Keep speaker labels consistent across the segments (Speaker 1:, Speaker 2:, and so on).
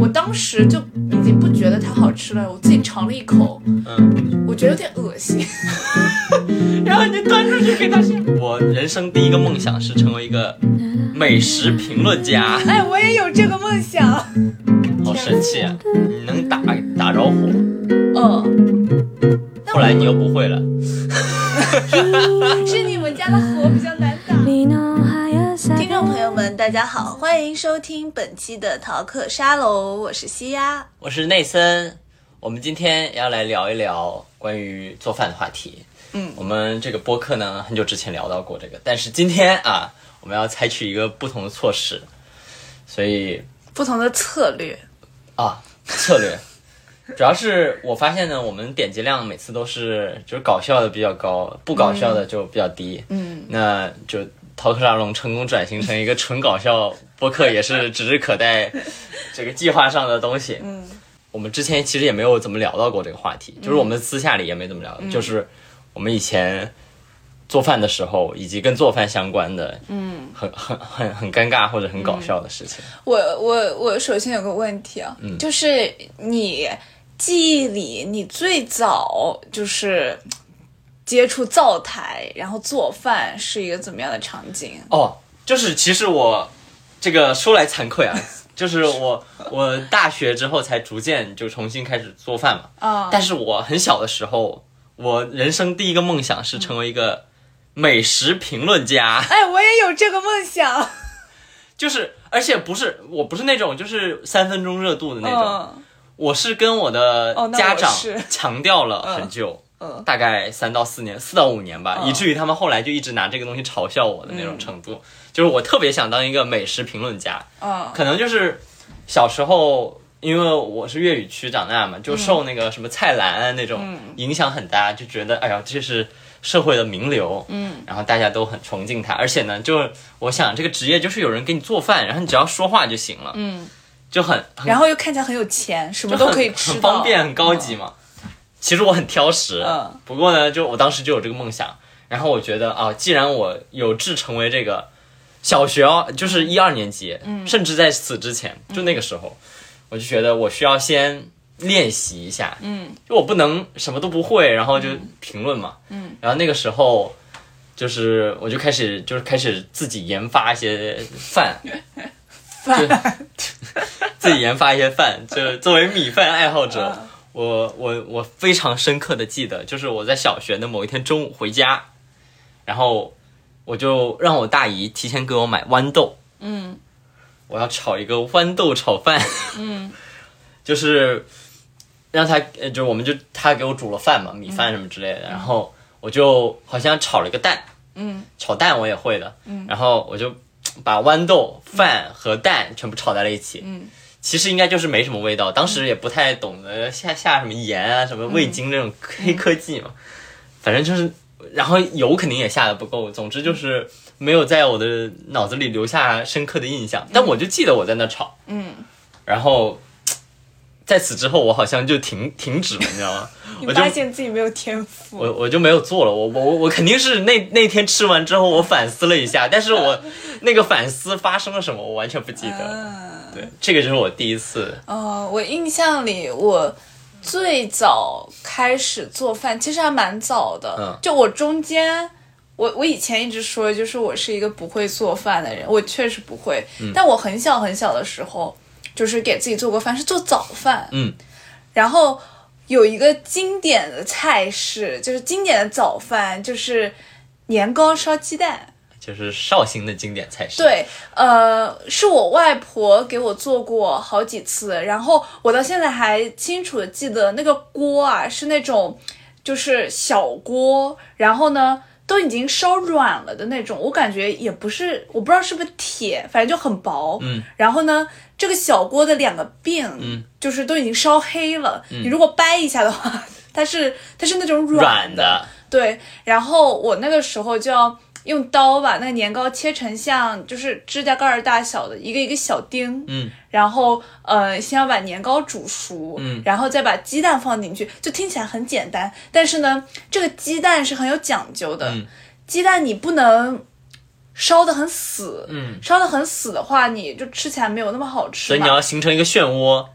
Speaker 1: 我当时就已经不觉得它好吃了，我自己尝了一口，
Speaker 2: 嗯，
Speaker 1: 我觉得有点恶心，然后你就端出去给他吃。
Speaker 2: 我人生第一个梦想是成为一个美食评论 家，
Speaker 1: 哎，我也有这个梦 想。
Speaker 2: 好神奇啊！你能打打着火，
Speaker 1: 嗯，
Speaker 2: 后来你又不会了。
Speaker 1: 是你们家的火比较难打。
Speaker 3: 听
Speaker 4: 听
Speaker 3: 众朋友们，大家好，欢迎收听本期的逃课沙龙，我是西丫。
Speaker 2: 我是内森，我们今天要来聊一聊关于做饭的话题。嗯，我们这个播客呢，很久之前聊到过这个，但是今天啊，我们要采取一个不同的措施，所以
Speaker 1: 不同的策略，
Speaker 2: 啊，策略。主要是我发现呢，我们点击量每次都是就是搞笑的比较高，不搞笑的就比较低。嗯，那就逃课沙龙成功转型成一个纯搞笑播客，也是指日可 待这个计划上的东西。嗯，我们之前其实也没有怎么聊到过这个话题，就是我们私下里也没怎么聊，就是我们以前做饭的时候，以及跟做饭相关的，嗯，很很很很尴尬或者很搞笑的事情。
Speaker 1: 我我我首先有个问题啊，就是你记忆里你最早就是接触灶台，然后做饭是一个怎么样的场景？
Speaker 2: 哦，就是其实我这个说来惭愧 啊，就是我我大学之后才逐渐就重新开始做饭嘛。
Speaker 1: 啊
Speaker 2: 但是我很小的时候，我人生第一个梦想是成为一个美食评论家。
Speaker 1: 哎，我也有这个梦想。
Speaker 2: 就是而且不是我不是那种就是三分钟热度的那种，
Speaker 1: 嗯
Speaker 2: 我是跟我的
Speaker 1: 哦那我
Speaker 2: 家长
Speaker 1: 是
Speaker 2: 强调了很久，
Speaker 1: 嗯
Speaker 2: 大概三到四年，四到五年吧，以至于他们后来就一直拿这个东西嘲笑我的那种程度。就是我特别想当一个美食评论家，
Speaker 1: 嗯
Speaker 2: 可能就是小时候。因为我是粤语区长大
Speaker 1: 嗯
Speaker 2: 嘛，就受那个什么蔡澜啊那种影响很大，就觉得哎呀，这是社会的名流，嗯，然后大家都很崇敬他，而且呢，就是我想这个职业就是有人给你做饭，然后你只要说话就行了，嗯，就很很
Speaker 1: 然后又看起来很有钱，什么
Speaker 2: 就
Speaker 1: 都
Speaker 2: 很
Speaker 1: 可以吃
Speaker 2: 很
Speaker 1: 到
Speaker 2: 方便，很高级嘛。其实我很挑食，
Speaker 1: 嗯
Speaker 2: 不过呢，就我当时就有这个梦想，然后我觉得啊，既然我有志成为这个小学哦，就是一二年级，甚至在此之前，就那个时候，我就觉得我需要先练习一下，嗯，就我不能什么都不会，然后就评论嘛，嗯，然后那个时候。就是，我就开始就是开始自己研发一些 饭，
Speaker 1: 饭。
Speaker 2: 自己研发一些饭，就是作为米饭爱好者，我我我非常深刻的记得，就是我在小学的某一天中午回家，然后我就让我大姨提前给我买豌豆，嗯，我要炒一个豌豆炒饭，嗯， 就是让她，呃就是我们就她给我煮了饭嘛，米饭什么之类的，然后我就好像炒了一个蛋，嗯，炒蛋我也会的，嗯，然后我就。把豌豆、饭和蛋全部炒在了一起，嗯，其实应该就是没什么味道，当时也不太懂得下下什么盐啊、什么味精这种黑科技嘛，反正就是，然后油肯定也下的不够，总之就是没有在我的脑子里留下深刻的印象，但我就记得我在那炒，嗯，然后在此之后我好像就停停止了， 你知道吗？
Speaker 1: 你
Speaker 2: 我就
Speaker 1: 发现自己没有天赋，
Speaker 2: 我我就没有做了，我我我我肯定是那那天吃完之后我反思了一下，但 是我那个反思发生了什么，我完全不记得
Speaker 1: 嗯
Speaker 2: 了。对，这个就是我第一次，
Speaker 1: 哦，我印象里我最早开始做饭，其实还蛮早的。
Speaker 2: 嗯
Speaker 1: 就我中间，我我以前一直说，就是我是一个不会做饭的人，我确实不会。
Speaker 2: 嗯
Speaker 1: 但我很小很小的时候，就是给自己做过饭，是做早饭。
Speaker 2: 嗯，
Speaker 1: 然后有一个经典的菜式，就是经典的早饭，就是年糕烧鸡蛋。
Speaker 2: 就是绍兴的经典菜式。，
Speaker 1: 对，呃，是我外婆给我做过好几次，然后我到现在还清楚的记得那个锅啊，是那种就是小锅，然后呢都已经烧软了的那种，我感觉也不是，我不知道是不是铁，反正就很薄。嗯，然后呢，这个小锅的两个边，嗯，就是都已经烧黑了，你如果掰一下的话， 它是它是那种
Speaker 2: 软
Speaker 1: 的
Speaker 2: 的，
Speaker 1: 对，然后我那个时候就要用刀把那个年糕切成像就是指甲盖儿大小的一个一个小丁，
Speaker 2: 嗯，
Speaker 1: 然后呃，先要把年糕煮熟，嗯，然后再把鸡蛋放进去，就听起来很简单，
Speaker 2: 嗯
Speaker 1: 但是呢，这个鸡蛋是很有讲究的，鸡蛋你不能烧的很死，
Speaker 2: 嗯，
Speaker 1: 烧的很死的话，你就吃起来没有那么好吃嘛。
Speaker 2: 所以你要形成一个漩涡，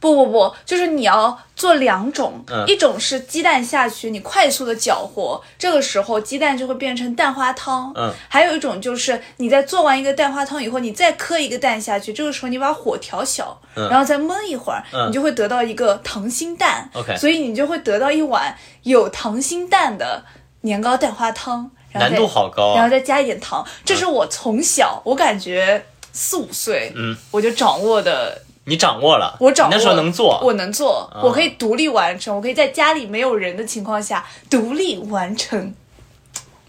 Speaker 1: 不不不，就是你要做两种，
Speaker 2: 嗯
Speaker 1: 一种是鸡蛋下去，你快速的搅和，这个时候鸡蛋就会变成蛋花汤。
Speaker 2: 嗯，
Speaker 1: 还有一种就是你在做完一个蛋花汤以后，你再磕一个蛋下去，这个时候你把火调小，
Speaker 2: 嗯
Speaker 1: 然后再焖一会儿，
Speaker 2: 嗯
Speaker 1: 你就会得到一个溏心蛋。
Speaker 2: OK
Speaker 1: 所以你就会得到一碗有溏心蛋的年糕蛋花汤。然后
Speaker 2: 难
Speaker 1: 再
Speaker 2: 度好高
Speaker 1: 然后
Speaker 2: 啊。
Speaker 1: 再加一点糖。这是我从小，我感觉四五岁，
Speaker 2: 嗯，
Speaker 1: 我就掌握的，
Speaker 2: 你掌握了，
Speaker 1: 我掌握
Speaker 2: 你那时候能做，嗯
Speaker 1: 我能做，我可以独立完成，我可以在家里没有人的情况下独立完成。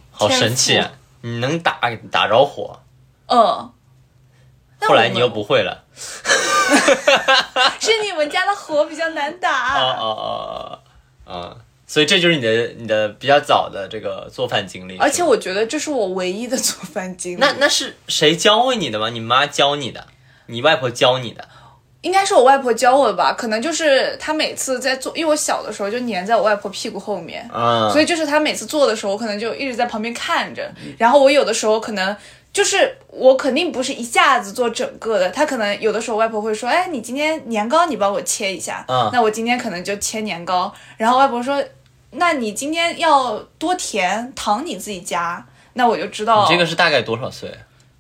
Speaker 2: 好神奇
Speaker 1: 天
Speaker 2: 啊！你能打打着火，
Speaker 1: 嗯，但
Speaker 2: 后来
Speaker 1: 我
Speaker 2: 你
Speaker 1: 们
Speaker 2: 又不会了。
Speaker 1: 是你们家的火比较难
Speaker 2: 哦
Speaker 1: 打，
Speaker 2: 哦哦哦哦，所以这就是你的你的比较早的这个做饭经历。
Speaker 1: 而且
Speaker 2: 是吗
Speaker 1: 我觉得这是我唯一的 做饭经历。
Speaker 2: 那那是谁教会你的吗？你妈教你的，你外婆教你的。
Speaker 1: 应该是我外婆教我的吧？可能就是她每次在做，因为我小的时候就粘在我外婆屁股后面，
Speaker 2: 嗯，
Speaker 1: 所以就是他每次做的时候，我可能就一直在旁边看着，然后我有的时候可能。就是我肯定不是一下子做整个的，他可能有的时候外婆会说，哎，你今天年糕你帮我切一下，
Speaker 2: 嗯
Speaker 1: 那我今天可能就切年糕，然后外婆说，那你今天要多甜，糖你自己加，那我就知道，
Speaker 2: 你这个是大概多少岁？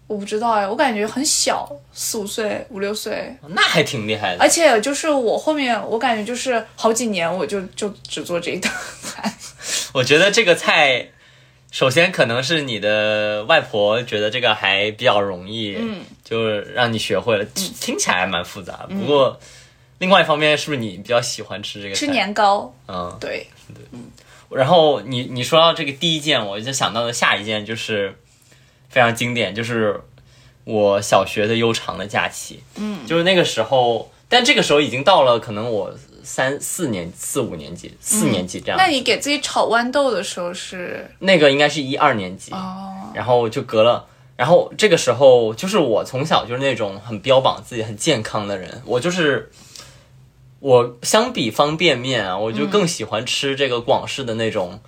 Speaker 1: 我不知道哎，我感觉很小，四五岁、五六岁，
Speaker 2: 那还挺厉害的。
Speaker 1: 而且就是我后面我感觉就是好几年我就就只做这一顿 饭，
Speaker 2: 我觉得这个菜，首先可能是你的外婆觉得这个还比较容易，嗯，就让你学会了，听听起来还蛮复杂。不过，另外一方面，是不是你比较喜欢吃这个
Speaker 1: 吃
Speaker 2: 菜？
Speaker 1: 年糕，
Speaker 2: 嗯，
Speaker 1: 对，
Speaker 2: 然后你你说到这个第一件，我就想到的下一件就是非常经典，就是我小学的悠长的假期。嗯，就是那个时候，但这个时候已经到了可能我三四年、四五年级、四年级这样。
Speaker 1: 那你给自己炒豌豆的时候是
Speaker 2: 那个应该是一二年级，
Speaker 1: 哦，
Speaker 2: 然后就隔了。然后这个时候，就是我从小就是那种很标榜自己很健康的人，我就是我相比方便面啊，我就更喜欢吃这个广式的那种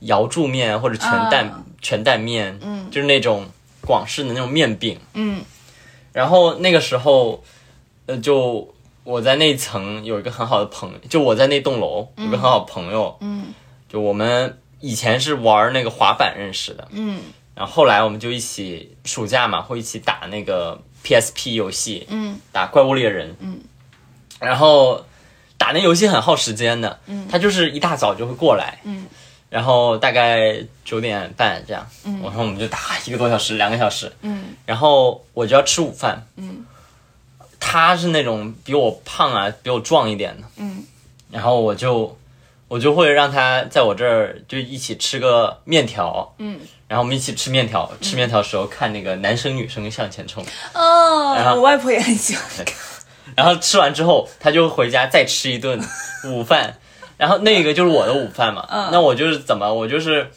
Speaker 2: 瑶柱面或者全蛋、
Speaker 1: 啊
Speaker 2: 全蛋面，嗯，就是那种广式的那种面饼，
Speaker 1: 嗯
Speaker 2: 然后那个时候，呃，就我在那层有一个很好的朋友，就我在那栋楼有个很好的朋友，
Speaker 1: 嗯
Speaker 2: 就我们以前是玩那个滑板认识的，
Speaker 1: 嗯
Speaker 2: 然后后来我们就一起暑假嘛，会一起打那个 PSP 游戏，
Speaker 1: 嗯，
Speaker 2: 打怪物猎人，嗯，然后打那游戏很耗时间的，嗯，他就是一大早就会过来，
Speaker 1: 嗯，
Speaker 2: 然后大概九点半这样，嗯，然后我们就打一个多小时，两个小时，
Speaker 1: 嗯
Speaker 2: 然后我就要吃午饭，
Speaker 1: 嗯，
Speaker 2: 他是那种比我胖啊，比我壮一点的，
Speaker 1: 嗯，
Speaker 2: 然后我就我就会让他在我这儿就一起吃个面条，
Speaker 1: 嗯，
Speaker 2: 然后我们一起吃面条，吃面条的时候看那个男生女生向前冲，然
Speaker 1: 哦，
Speaker 2: 后
Speaker 1: 我外婆也很喜欢看，
Speaker 2: 然后吃完之后他就回家再吃一顿 午饭，然后那个就是我的午饭嘛，
Speaker 1: 嗯
Speaker 2: 那我就是怎么我就是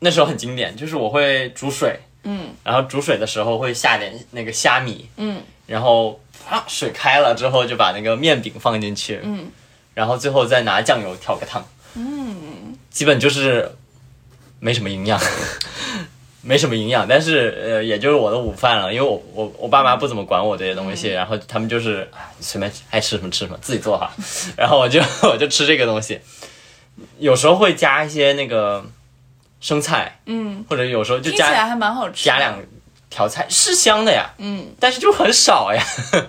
Speaker 2: 那时候很经典，就是我会煮水，
Speaker 1: 嗯
Speaker 2: 然后煮水的时候会下点那个虾米，
Speaker 1: 嗯
Speaker 2: 然后啪水开了之后就把那个面饼放进去，
Speaker 1: 嗯，
Speaker 2: 然后最后再拿酱油调个汤，嗯，基本就是没什么营养， 没什么营养，但是呃，也就是我的午饭了，因为我我我爸妈不怎么管我这些东
Speaker 1: 嗯
Speaker 2: 西，然后他们就是哎随便爱吃什么吃什么，自己做哈， 然后我就我就吃这个东西，有时候会加一些那个生菜，
Speaker 1: 嗯，
Speaker 2: 或者有时候就
Speaker 1: 听起来
Speaker 2: 加
Speaker 1: 还蛮好吃，
Speaker 2: 加两条菜，是香的呀，
Speaker 1: 嗯
Speaker 2: 但是就很少呀。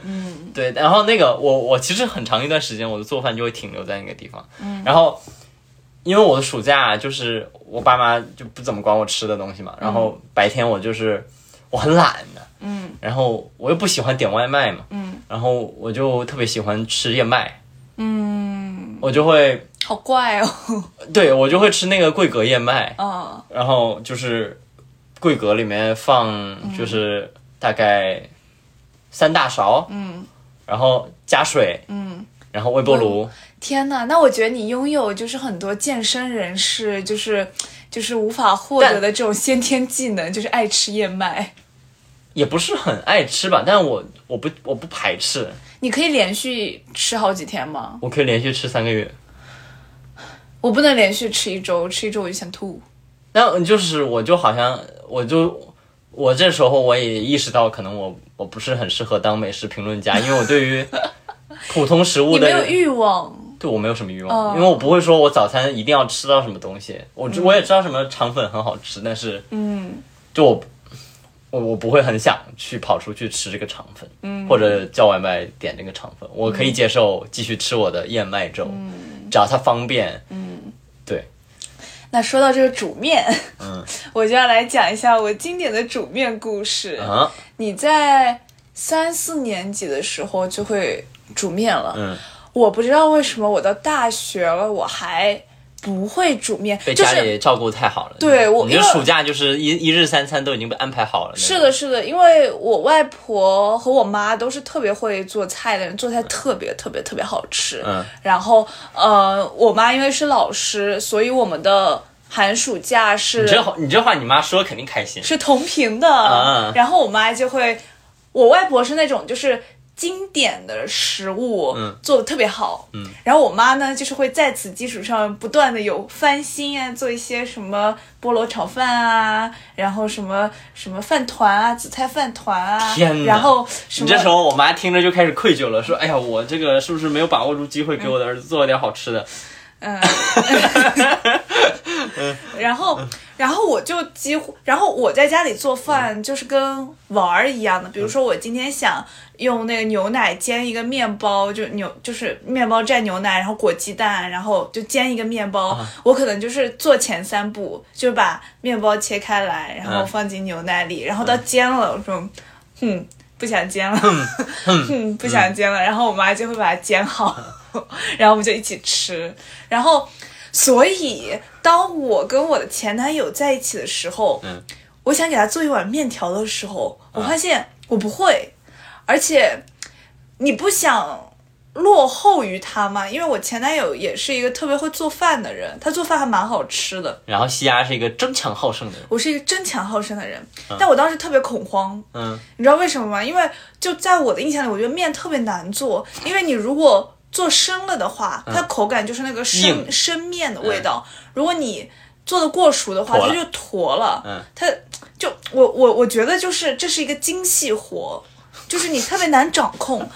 Speaker 2: 嗯， 对。然后那个我我其实很长一段时间我的做饭就会停留在那个地方。嗯，然后因为我的暑假就是我爸妈就不怎么管我吃的东西嘛，然后白天我就是我很懒的，
Speaker 1: 嗯
Speaker 2: 然后我又不喜欢点外卖嘛，
Speaker 1: 嗯，
Speaker 2: 然后我就特别喜欢吃燕麦，
Speaker 1: 嗯，
Speaker 2: 我就会
Speaker 1: 好怪哦，
Speaker 2: 对我就会吃那个桂格燕麦，
Speaker 1: 哦
Speaker 2: 然后就是桂格里面
Speaker 1: 嗯
Speaker 2: 放就是大概三大勺，
Speaker 1: 嗯
Speaker 2: 然后加水，
Speaker 1: 嗯，
Speaker 2: 然后微波炉，
Speaker 1: 天呐，那我觉得你拥有就是很多健身人士就是就是无法获
Speaker 2: 但
Speaker 1: 得的这种先天技能，就是爱吃燕麦，
Speaker 2: 也不是很爱吃吧，但我我不我不排斥，
Speaker 1: 你可以连续吃好几天吗？
Speaker 2: 我可以连续吃三个月。
Speaker 1: 我不能连续吃一周，吃一周我就想吐。
Speaker 2: 那就是我就好像我就。我这时候我也意识到，可能我我不是很适合当美食评论家，因为我对于普通食物
Speaker 1: 你
Speaker 2: 的
Speaker 1: 没有欲望，
Speaker 2: 对我没有什么欲
Speaker 1: 哦嗯
Speaker 2: 望，因为我不会说我早餐一定要吃到什么东西，我知我也知道什么肠粉很好吃，但是嗯，就我我我不会很想去跑出去吃这个肠粉，嗯，或者叫外卖点这个肠粉，我
Speaker 1: 嗯
Speaker 2: 可以接受继续吃我的燕麦粥，只要它方便，嗯，对，
Speaker 1: 那说到这个煮面，
Speaker 2: 嗯
Speaker 1: 我就要来讲一下我经典的煮面故事。
Speaker 2: 啊，
Speaker 1: 你在三四年级的时候就会煮面了，
Speaker 2: 嗯，
Speaker 1: 我不知道为什么我到大学了我还不会煮面，
Speaker 2: 被
Speaker 1: 就
Speaker 2: 家
Speaker 1: 是
Speaker 2: 里照顾太好了，
Speaker 1: 对我
Speaker 2: 你这
Speaker 1: 因为
Speaker 2: 暑假就是一一日三餐都已经被安排好了，
Speaker 1: 是的，，是的，因为我外婆和我妈都是特别会做菜的人，做菜特别特别特别好吃。
Speaker 2: 嗯，
Speaker 1: 然后呃，我妈因为是老师，所以我们的寒暑假是
Speaker 2: 你这话你这话你妈说肯定开心，
Speaker 1: 是同频的。
Speaker 2: 啊
Speaker 1: 然后我妈就会，我外婆是那种就是经典的食物、
Speaker 2: 嗯
Speaker 1: 做的特别好，嗯，然后我妈呢就是会在此基础上不断的有翻新啊，做一些什么菠萝炒饭啊，然后什么什么饭团啊，紫菜饭团啊，
Speaker 2: 天哪
Speaker 1: 然后什
Speaker 2: 你
Speaker 1: 么
Speaker 2: 这时候，我妈听着就开始愧疚了，说：“哎呀，我这个是不是没有把握住机会，给我的儿子做了点好吃的
Speaker 1: 嗯，呃 然后，然后我就几乎，然后我在家里做饭就是跟玩儿一样的。比如说，我今天想用那个牛奶煎一个面包，就牛就是面包蘸牛奶，然后裹鸡蛋，然后就煎一个面包。我可能就是做前三步，就把面包切开来，然后
Speaker 2: 嗯
Speaker 1: 放进牛奶里，然后到煎了，我说，哼，不想煎了，哼，嗯不想煎了。然后我妈就会把它煎好。 然后我们就一起吃。然后，所以当我跟我的前男友在一起的时候，
Speaker 2: 嗯，
Speaker 1: 我想给他做一碗面条的时候，我发现我不会，而且你不想落后于他嘛，因为我前男友也是一个特别会做饭的人，他做饭还蛮好吃的。？”
Speaker 2: 然后西亚是一个争强好胜的人，
Speaker 1: 我是一个争强好胜的人，但我当时特别恐慌，
Speaker 2: 嗯，
Speaker 1: 你知道为什么吗？因为就在我的印象里，我觉得面特别难做，因为你如果做生了的话，它口感就是那个生
Speaker 2: 嗯硬嗯
Speaker 1: 生面的味道。如果你做的过熟的话，
Speaker 2: 坨了
Speaker 1: 它就坨了。
Speaker 2: 嗯
Speaker 1: 它就我我我觉得就是这是一个精细活。就是你特别难掌控，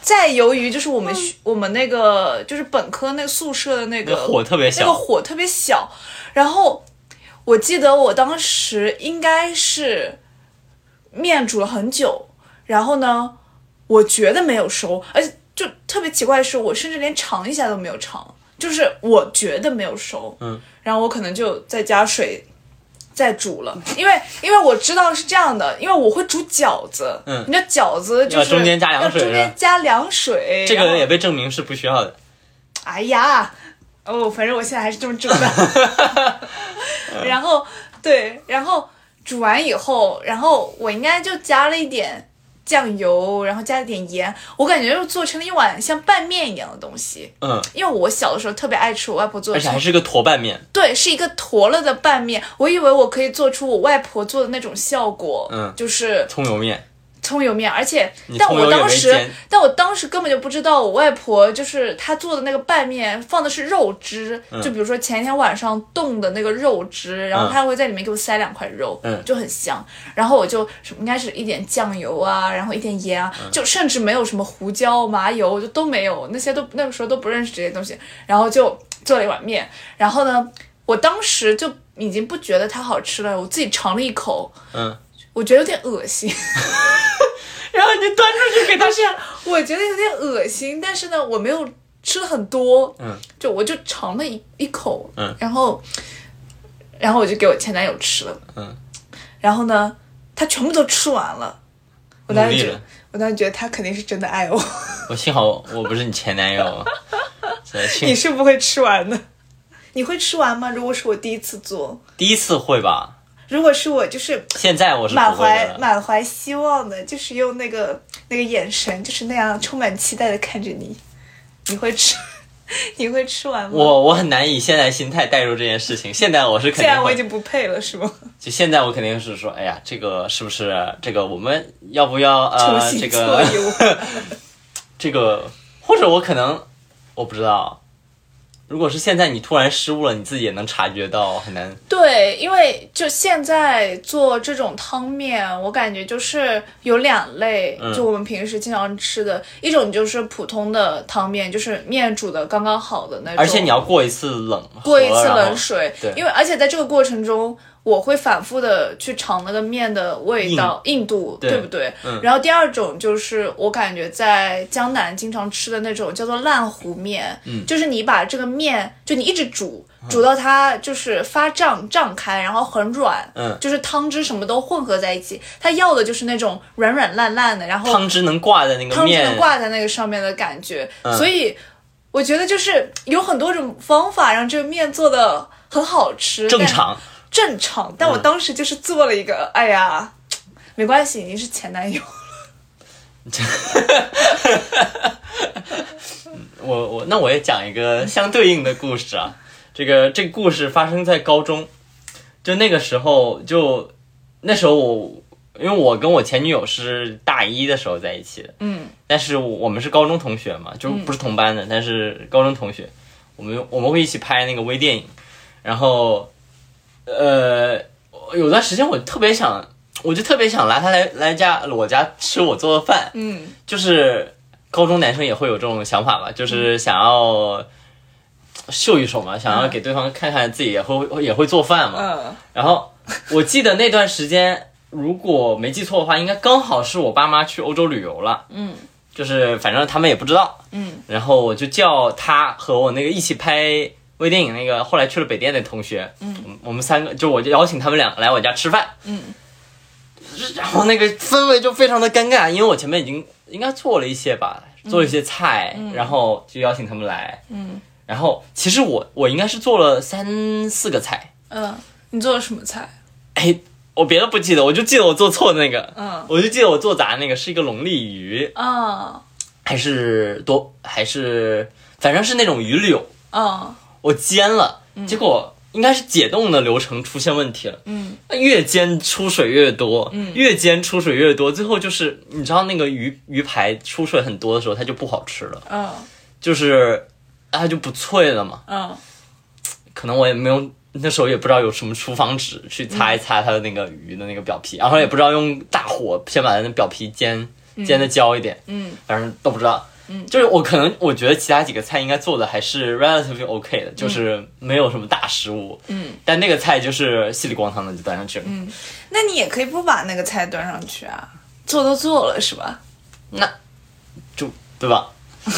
Speaker 1: 再由于就是我们学我们那个就是本科那个宿舍的那个
Speaker 2: 火特别
Speaker 1: 呃那个
Speaker 2: 小，
Speaker 1: 火特别小。然后我记得我当时应该是面煮了很久，然后呢，我觉得没有熟，而且就特别奇怪的是，我甚至连尝一下都没有尝，就是我觉得没有熟，
Speaker 2: 嗯，
Speaker 1: 然后我可能就再加水。再煮了，因为因为我知道是这样的，因为我会煮饺子，
Speaker 2: 嗯
Speaker 1: 你知道饺子就是
Speaker 2: 要中间加凉
Speaker 1: 要
Speaker 2: 水
Speaker 1: 中
Speaker 2: 是
Speaker 1: 间
Speaker 2: 吧
Speaker 1: 加凉水，
Speaker 2: 这
Speaker 1: 然后
Speaker 2: 个也被证明是不需要的。
Speaker 1: 哎呀，哦，反正我现在还是这么煮的。 嗯然后对，然后煮完以后，然后我应该就加了一点酱油，然后加了点盐，我感觉就做成了一碗像拌面一样的东西。
Speaker 2: 嗯，
Speaker 1: 因为我小的时候特别爱吃我外婆做
Speaker 2: 而
Speaker 1: 的
Speaker 2: 且还是个坨拌面，
Speaker 1: 对，是一个坨了的拌面。我以为我可以做出我外婆做的那种效果，
Speaker 2: 嗯
Speaker 1: 就是
Speaker 2: 葱油面，
Speaker 1: 葱油面，而且
Speaker 2: 你
Speaker 1: 但
Speaker 2: 葱
Speaker 1: 我
Speaker 2: 油也
Speaker 1: 当
Speaker 2: 没
Speaker 1: 时
Speaker 2: 煎，
Speaker 1: 但我当时根本就不知道我外婆就是她做的那个拌面放的是肉汁，就比如说前一天晚上冻的那个肉汁，然后
Speaker 2: 嗯
Speaker 1: 她会在里面给我塞两块肉，
Speaker 2: 嗯
Speaker 1: 就很香。然后我就什么应该是一点酱油啊，然后一点盐啊，
Speaker 2: 嗯
Speaker 1: 就甚至没有什么胡椒、麻油，就都没有，那些都那个时候都不认识这些东西，然后就做了一碗面。然后呢，我当时就已经不觉得它好吃了，我自己尝了一口，
Speaker 2: 嗯，
Speaker 1: 我觉得有点恶心。
Speaker 2: 然后你端出去给他
Speaker 1: 但是我觉得有点恶心，但是呢，我没有吃了很多，
Speaker 2: 嗯，
Speaker 1: 就我就尝了一一口，
Speaker 2: 嗯，
Speaker 1: 然后，然后我就给我前男友吃了，
Speaker 2: 嗯，
Speaker 1: 然后呢，他全部都吃完了，我当
Speaker 2: 努
Speaker 1: 时
Speaker 2: 力
Speaker 1: 觉得
Speaker 2: 了，。
Speaker 1: 我当时觉得他肯定是真的爱我，
Speaker 2: 我幸好我不是你前男友，真的
Speaker 1: 你是
Speaker 2: 幸
Speaker 1: 不会吃完的，你会吃完吗？如果是我第一次做，
Speaker 2: 第一次会吧？
Speaker 1: 如果是我就是
Speaker 2: 现在我是
Speaker 1: 满
Speaker 2: 不会
Speaker 1: 怀
Speaker 2: 的。
Speaker 1: 满怀希望的，就是用那个那个眼神，就是那样充满期待的看着你。你会吃， 你会吃完吗？
Speaker 2: 我我很难以现在心态带入这件事情。现在我是肯
Speaker 1: 现
Speaker 2: 定
Speaker 1: 在我
Speaker 2: 会
Speaker 1: 已经不配了，是吗？
Speaker 2: 就现在我肯定是说，哎呀，这个是不是这个我们要不要
Speaker 1: 重
Speaker 2: 呃这
Speaker 1: 新
Speaker 2: 个
Speaker 1: 错 有。
Speaker 2: 这个，或者我可能我不知道，如果是现在你突然失误了，你自己也能察觉到，很难。
Speaker 1: 对，因为就现在做这种汤面，我感觉就是有两类，
Speaker 2: 嗯
Speaker 1: 就我们平时经常吃的、一种就是普通的汤面，就是面煮的刚刚好的那种，
Speaker 2: 而且你要过一次冷河，
Speaker 1: 过一次
Speaker 2: 然后
Speaker 1: 冷水
Speaker 2: 对，
Speaker 1: 因为而且在这个过程中，我会反复的去尝那个面的味道、硬度，
Speaker 2: 对嗯
Speaker 1: 对不对？然后第二种就是我感觉在江南经常吃的那种叫做烂糊面，
Speaker 2: 嗯
Speaker 1: 就是你把这个面就你一直煮。煮到它就是发胀胀开，然后很软，
Speaker 2: 嗯
Speaker 1: 就是汤汁什么都混合在一起。它要的就是那种软软烂烂的，然后
Speaker 2: 汤汁能挂在那个
Speaker 1: 汤汁
Speaker 2: 面，嗯
Speaker 1: 能挂在那个上面的感觉，所以我觉得就是有很多种方法让这个面做的很好吃，
Speaker 2: 正常。嗯
Speaker 1: 但正常。但我当时就是做了一个，哎呀，没关系，已经是前男友，
Speaker 2: 我我那我也讲一个相对应的故事啊。这个这个故事发生在高中，就那个时候就那时候我，因为我跟我前女友是大一的时候在一起的，
Speaker 1: 嗯，
Speaker 2: 但是我们是高中同学嘛，就不是同班的，但是高中同学，我们我们会一起拍那个微电影，然后呃，有段时间我特别想，我就特别想拉她来来家我家吃我做的饭，
Speaker 1: 嗯
Speaker 2: 就是高中男生也会有这种想法吧，
Speaker 1: 嗯
Speaker 2: 就是想要秀一手嘛，想要给对方看看自己也会也会做饭嘛。
Speaker 1: 嗯
Speaker 2: 然后我记得那段时间，如果没记错的话，应该刚好是我爸妈去欧洲旅游了，
Speaker 1: 嗯
Speaker 2: 就是反正他们也不知道。
Speaker 1: 嗯
Speaker 2: 然后我就叫他和我那个一起拍微电影那个后来去了北电的同学，嗯，我们三个就我就邀请他们两个来我家吃饭，
Speaker 1: 嗯，
Speaker 2: 然后那个氛围就非常的尴尬，因为我前面已经应该做了一些吧，做了一些菜，然后就邀请他们来，
Speaker 1: 嗯
Speaker 2: 然后其实我我应该是做了三四个菜，
Speaker 1: 嗯，你做了什么菜？
Speaker 2: 哎，我别的不记得，我就记得我做错的那个，
Speaker 1: 嗯
Speaker 2: 我就记得我做砸那个是一个龙利鱼，
Speaker 1: 啊
Speaker 2: 还是多还是反正是那种鱼柳，
Speaker 1: 啊
Speaker 2: 我煎了，结果应该是解冻的流程出现问题了。
Speaker 1: 嗯
Speaker 2: 那越煎出水越多，越煎出水越多，最后就是你知道那个鱼鱼排出水很多的时候，它就不好吃了，
Speaker 1: 嗯
Speaker 2: 就是它就不脆了嘛。
Speaker 1: 嗯
Speaker 2: 可能我也没有那时候也不知道有什么厨房纸去擦一擦它的那个鱼的那个表皮，然后也不知道用大火先把它的表皮煎煎的焦一点，
Speaker 1: 嗯
Speaker 2: 反正都不知道。嗯，就是我可能我觉得其他几个菜应该做的还是 relatively OK 的，就是没有什么大失误。
Speaker 1: 嗯，
Speaker 2: 但那个菜就是稀里咣当的就端上去了。嗯，
Speaker 1: 那你也可以不把那个菜端上去啊，做都做了是吧？
Speaker 2: 那就对吧？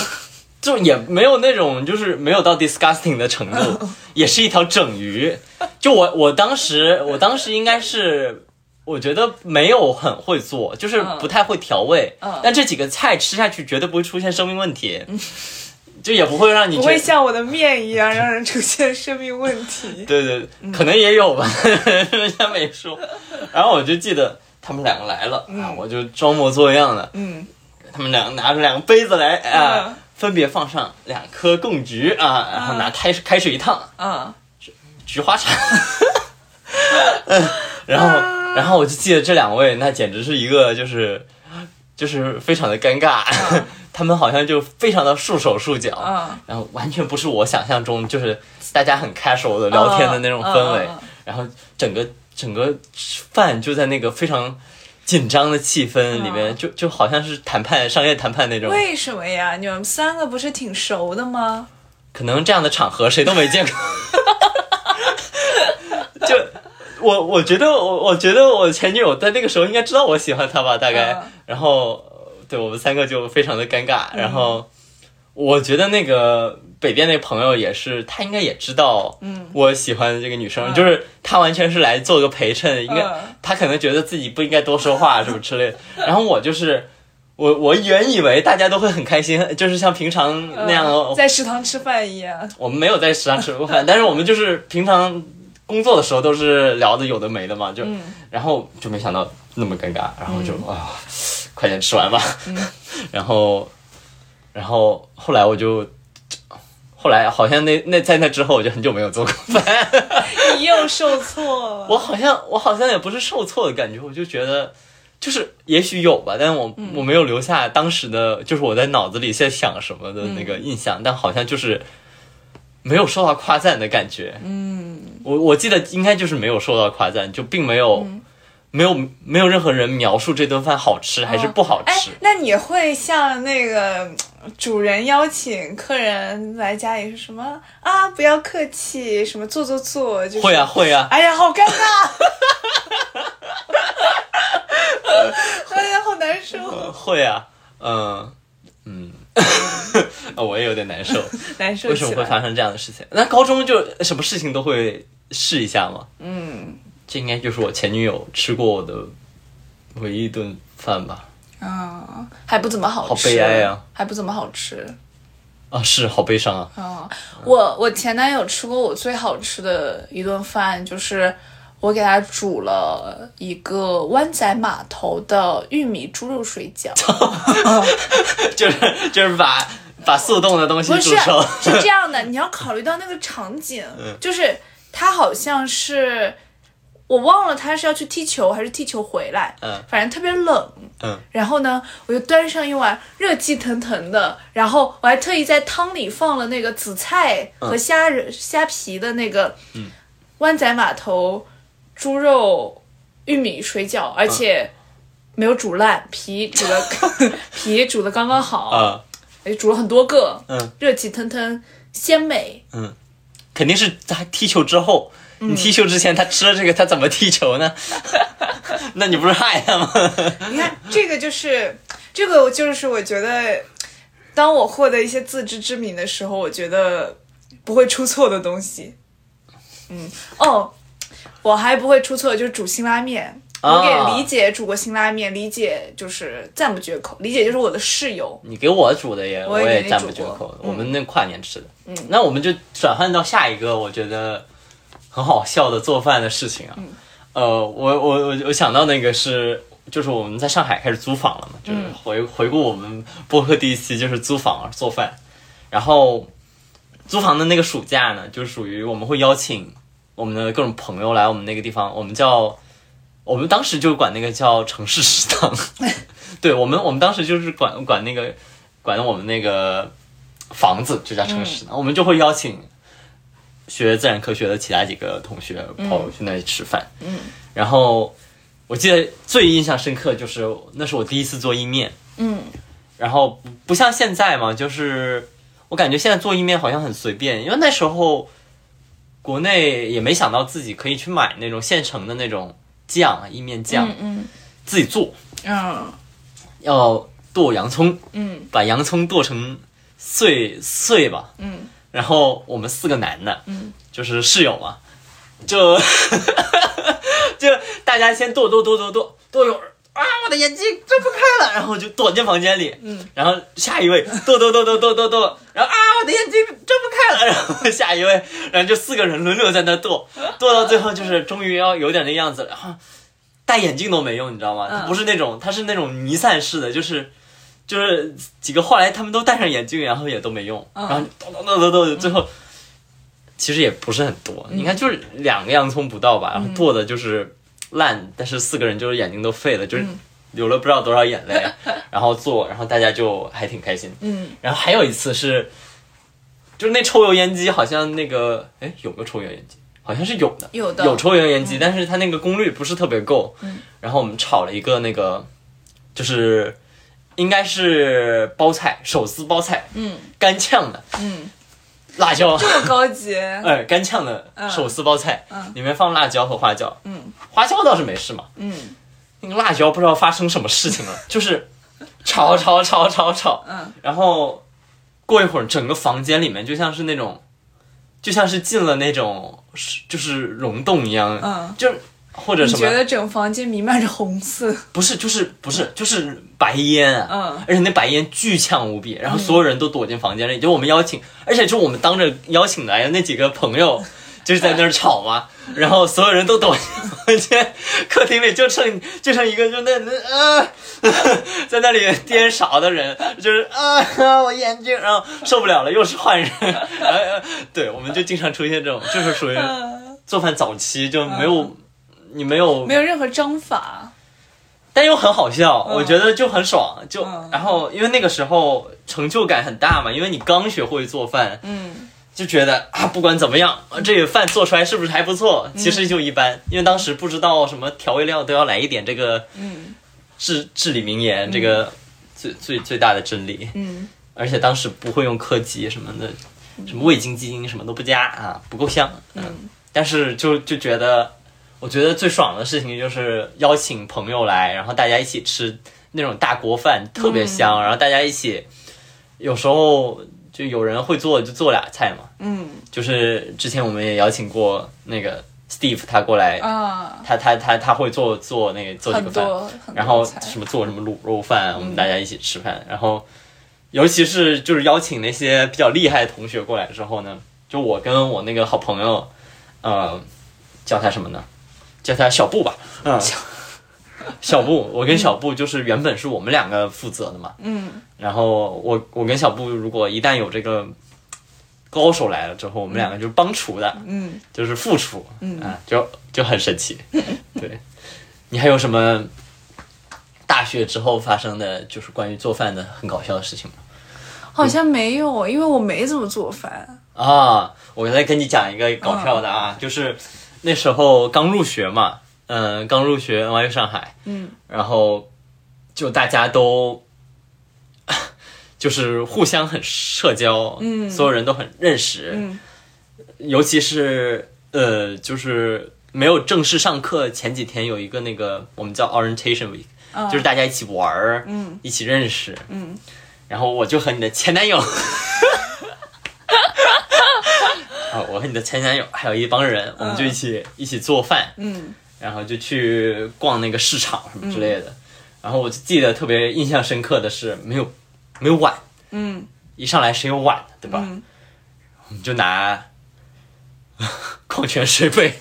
Speaker 2: 就也没有那种就是没有到 disgusting 的程
Speaker 1: 哦
Speaker 2: 度，也是一条整鱼。就我我当时我当时应该是。我觉得没有很会做，就是不太会调味。
Speaker 1: 嗯
Speaker 2: 但这几个菜吃下去绝对不会出现生命问题，就也不会让你
Speaker 1: 不
Speaker 2: 觉
Speaker 1: 会
Speaker 2: 得。
Speaker 1: 像我的面一样让人出现生命问题。
Speaker 2: 对对，
Speaker 1: 嗯
Speaker 2: 可能也有吧， 人家没说。然后我就记得他们两个来了，啊，我就装模作样的，
Speaker 1: 嗯
Speaker 2: 他们两个拿出两个杯子来，啊，
Speaker 1: 嗯
Speaker 2: 分别放上两颗贡菊啊，然后拿开水开水一烫，
Speaker 1: 啊
Speaker 2: 菊花茶。 然
Speaker 1: 啊
Speaker 2: 后，然后我就记得这两位，那简直是一个就是就是非常的尴尬，
Speaker 1: 嗯
Speaker 2: 他们好像就非常的束手束脚，
Speaker 1: 啊
Speaker 2: 然后完全不是我想象中就是大家很 casual 的聊天的那种氛围
Speaker 1: 嗯嗯嗯嗯，
Speaker 2: 然后整个整个饭就在那个非常紧张的气氛里
Speaker 1: 嗯
Speaker 2: 面，就就好像是谈判商业谈判那种，
Speaker 1: 为什么呀？你们三个不是挺熟的吗？
Speaker 2: 可能这样的场合谁都没 见过，就。我我觉得我我觉得我前女友在那个时候应该知道我喜欢她吧，大概，
Speaker 1: 嗯
Speaker 2: 然后对我们三个就非常的尴尬，然后我觉得那个北边那朋友也是，他应该也知道，嗯，我喜欢的这个女生，就是他完全是来做个陪衬，应该、
Speaker 1: 嗯
Speaker 2: 他可能觉得自己不应该多说话什么 之类的，然后我就是。我我原以为大家都会很开心，就是像平常那样哦
Speaker 1: 嗯在食堂吃饭一样。
Speaker 2: 我们没有在食堂吃过饭，但 是我们就是平常工作的时候都是聊的有的没的嘛，就、然后就没想到那么尴尬，然后就啊、快点吃完吧， 然后然后后来我就。后来好像那那在那之后，我就很久没有做过饭。
Speaker 1: 你又受挫 了。
Speaker 2: 我好像我好像也不是受挫的感觉，我就觉得就是也许有吧，但我、我没有留下当时的，就是我在脑子里在想什么的那个印象，但好像就是没有受到夸赞的感觉。嗯，我我记得应该就是没有受到夸赞，就并没有、没有没有任何人描述这顿饭好吃还是不好
Speaker 1: 哎
Speaker 2: 吃。，
Speaker 1: 那你会向那个嗯主人邀请客人来家里是什么啊？不要客气，什么坐坐坐，就是
Speaker 2: 会啊会啊，
Speaker 1: 哎呀，好尴尬， 哎呀，好难受，
Speaker 2: 呃会啊，嗯嗯， 啊我也有点难受。
Speaker 1: 难受
Speaker 2: 为什
Speaker 1: 起
Speaker 2: 么会
Speaker 1: 来。
Speaker 2: 发生这样的事情？那高中就什么事情都会试一下嘛。嗯，这应该就是我前女友吃过我的唯一一顿饭吧？
Speaker 1: 嗯，还不怎么好吃，
Speaker 2: 好悲哀啊，
Speaker 1: 还不怎么好吃。
Speaker 2: 啊，是好悲伤啊！
Speaker 1: 嗯，我我前男友吃过我最好吃的一顿饭，就是我给他煮了一个湾仔码头的玉米猪肉水饺。
Speaker 2: 就是就是把把速冻的东西
Speaker 1: 不
Speaker 2: 煮嗯
Speaker 1: 是
Speaker 2: 熟，
Speaker 1: 是这样的，你要考虑到那个场景，就是他好像是我忘了他是要去踢球还是踢球回来，
Speaker 2: 嗯
Speaker 1: 反正特别冷，
Speaker 2: 嗯，
Speaker 1: 然后呢，我就端上一碗热气腾腾的，然后我还特意在汤里放了那个紫菜和虾仁、虾皮的那个，湾仔码头猪肉玉米水饺，而且没有煮烂，皮煮的 皮煮的刚刚好，
Speaker 2: 啊，
Speaker 1: 哎，煮了很多个，
Speaker 2: 嗯，
Speaker 1: 热气腾腾，鲜美。
Speaker 2: 肯定是他踢球之后。
Speaker 1: 嗯
Speaker 2: 你踢球之前他吃了这个，他怎么踢球呢？ 那你不是害他吗？
Speaker 1: 你看，这个就是，这个就是我觉得，当我获得一些自知之明的时候，我觉得不会出错的东西。嗯，哦，我还不会出错，就是煮辛拉面。我
Speaker 2: 啊
Speaker 1: 给李姐煮过辛拉面，李姐就是赞不绝口。李姐就是我的室友，
Speaker 2: 你给我煮的也，
Speaker 1: 我
Speaker 2: 我
Speaker 1: 也给你
Speaker 2: 赞不
Speaker 1: 煮
Speaker 2: 绝
Speaker 1: 过
Speaker 2: 口。我们那跨年吃的，嗯，那我们就转换到下一个，我觉得很好笑的做饭的事情啊。
Speaker 1: 嗯
Speaker 2: 呃，我我我我想到那个是，就是我们在上海开始租房了嘛，
Speaker 1: 嗯
Speaker 2: 就是回、回顾我们播客第一期就是租房啊做饭，然后租房的那个暑假呢，就属于我们会邀请我们的各种朋友来我们那个地方，我们叫我们当时就管那个叫城市食堂， 对我们我们当时就是管管那个管我们那个房子就叫城市食堂，我们就会邀请学自然科学的其他几个同学跑去那里吃饭，嗯，然后我记得最印象深刻就是那是我第一次做意面，
Speaker 1: 嗯，
Speaker 2: 然后不不像现在嘛，就是我感觉现在做意面好像很随便，因为那时候国内也没想到自己可以去买那种现成的那种酱啊，意面酱，
Speaker 1: 嗯
Speaker 2: 自己做
Speaker 1: 嗯
Speaker 2: 要剁洋葱，
Speaker 1: 嗯
Speaker 2: 把洋葱剁成碎碎吧，
Speaker 1: 嗯
Speaker 2: 然后我们四个男的，
Speaker 1: 嗯，
Speaker 2: 就是室友嘛，就 就大家先剁剁剁剁剁剁一会儿。啊！我的眼睛睁不开了，然后就躲进房间里，嗯，然后下一位剁剁剁剁剁剁剁，然后啊，我的眼睛睁不开了，然后 下一位，然后就四个人轮流在那剁，剁到最后就是终于要有点那样子了，然后戴眼镜都没用，你知道吗？它不是那种，它是那种弥散式的，就是就是几个后来他们都戴上眼镜，然后也都没用，然后咚咚咚咚咚，最后其实也不是很多，你看就是两个洋葱不到吧，然后剁的就是烂，但是四个人就是眼睛都废了，就是
Speaker 1: 嗯
Speaker 2: 流了不知道多少眼 泪，然后做，然后大家就还挺开心。
Speaker 1: 嗯
Speaker 2: 然后还有一次是，就是那抽油烟机好像那个哎有没有抽油烟机？好像是有的，
Speaker 1: 有的嗯
Speaker 2: 有抽油烟机，但是它那个功率不是特别够。然后我们炒了一个那个，就是应该是包菜，手撕包菜，
Speaker 1: 嗯
Speaker 2: 干呛的
Speaker 1: 嗯，
Speaker 2: 辣椒，
Speaker 1: 这么高级，
Speaker 2: 哎，干呛的手撕包菜，里面放辣椒和花椒，
Speaker 1: 嗯
Speaker 2: 花椒倒是没事嘛，
Speaker 1: 嗯
Speaker 2: 那个辣椒不知道发生什么事情了，就是炒炒炒炒炒，
Speaker 1: 嗯，
Speaker 2: 然后过一会儿，整个房间里面就像是那种，就像是进了那种就是溶洞一样，
Speaker 1: 嗯，
Speaker 2: 就是或者
Speaker 1: 你
Speaker 2: 什
Speaker 1: 觉
Speaker 2: 么，
Speaker 1: 得整房间弥漫着红色？
Speaker 2: 不是就是不是就是白烟啊，
Speaker 1: 嗯
Speaker 2: 而且那白烟巨呛无比，然后所有人都躲进房间里，就我们邀请，而且就我们当着邀请来的那几个朋 友，就是在那儿吵嘛，然后所有人都躲进房间， 客厅里就剩就剩一个就那那啊， 在那里颠勺的人，就是啊啊我眼睛，然后受不了了，又是换人，呃，对，我们就经常出现这种，就是属于做饭早期就没有。你嗯没有
Speaker 1: 没有任何章法。
Speaker 2: 但又很好笑，我觉得就很爽，就、然后因为那个时候成就感很大嘛，因为你刚学会做饭，
Speaker 1: 嗯
Speaker 2: 就觉得啊，不管怎么样，啊这个饭做出来是不是还不错？其实就一般，因为当时不知道什么调味料都要来一点这个，嗯，至至理名言，这个最最最大的真理。
Speaker 1: 嗯，
Speaker 2: 而且当时不会用科技什么的，什么味精、鸡精什么都不加啊，不够香。嗯，但是就就觉得，我觉得最爽的事情就是邀请朋友来，然后大家一起吃那种大锅饭，特
Speaker 1: 嗯
Speaker 2: 别香。然后大家一起，有时候就有人会做就做俩菜嘛。
Speaker 1: 嗯
Speaker 2: 就是之前我们也邀请过那个 Steve，他过来，
Speaker 1: 啊，
Speaker 2: 他他他他会做做那个做几个
Speaker 1: 很
Speaker 2: 饭，
Speaker 1: 多很多
Speaker 2: 然后
Speaker 1: 菜嗯
Speaker 2: 什么做什么卤肉饭，我们大家一起吃饭，然后尤其是就是邀请那些比较厉害的同学过来之后呢，就我跟我那个好朋友，呃，叫他什么呢？叫他小布吧，嗯，小布，我跟小布就是原本是我们两个负责的嘛，
Speaker 1: 嗯
Speaker 2: 然后我我跟小布如果一旦有这个高手来了之后，我们两个就是帮厨的，
Speaker 1: 嗯，
Speaker 2: 就是副厨，嗯啊，就就很神奇。对，你还有什么大学之后发生的就是关于做饭的很搞笑的事情吗？
Speaker 1: 好像没有，因为我没怎么做饭。
Speaker 2: 啊，我再跟你讲一个搞笑的啊，就是那时候刚入学嘛，嗯、刚入学 NYU 上海，
Speaker 1: 嗯，
Speaker 2: 然后就大家都 就是互相很社交，嗯，所有人都很认识，
Speaker 1: 嗯，
Speaker 2: 尤其是呃，就是没有正式上课前几天有一个那个我们叫 orientation week，、就是大家一起玩儿，嗯，一起认识，嗯，然后我就和你的前男友。啊，我和你的前男友还有一帮人，我们就一起、一起做饭，
Speaker 1: 嗯，
Speaker 2: 然后就去逛那个市场什么之类的。然后我就记得特别印象深刻的是，没有没有碗，
Speaker 1: 嗯，
Speaker 2: 一上来谁有碗的，对吧？
Speaker 1: 嗯
Speaker 2: 我们就拿矿泉水杯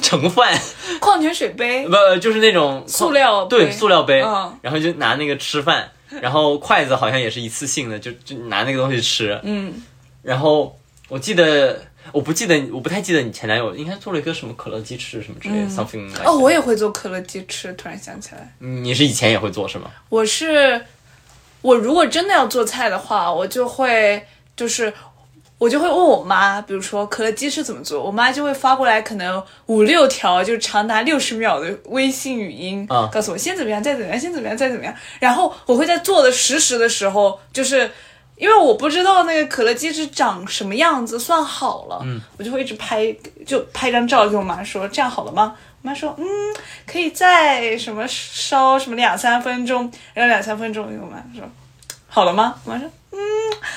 Speaker 2: 盛饭，
Speaker 1: 矿泉水杯
Speaker 2: 不就是那种
Speaker 1: 塑料杯
Speaker 2: 对塑料杯，
Speaker 1: 嗯
Speaker 2: 然后就拿那个吃饭，然后筷子好像也是一次性的，就就拿那个东西吃，
Speaker 1: 嗯，
Speaker 2: 然后我记得。我不记得，我不太记得你前男友应该做了一个什么可乐鸡翅什么之类的、something like that。
Speaker 1: 哦，我也会做可乐鸡翅，突然想起来，
Speaker 2: 你是以前也会做是吗？
Speaker 1: 我是我如果真的要做菜的话，我就会就是。我就会问我妈，比如说可乐鸡翅怎么做，我妈就会发过来可能五六条，就长达六十秒的微信语音，
Speaker 2: 啊
Speaker 1: 告诉我先怎么样，再怎么样，先怎么样，再怎么样。然后我会在做的实时的时候，就是因为我不知道那个可乐鸡翅长什么样子算好了，我就会一直拍，就拍张照给我妈说这样好了吗？我妈说嗯，可以再什么烧什么两三分钟，然后两三分钟，我妈说好了吗？我妈说嗯，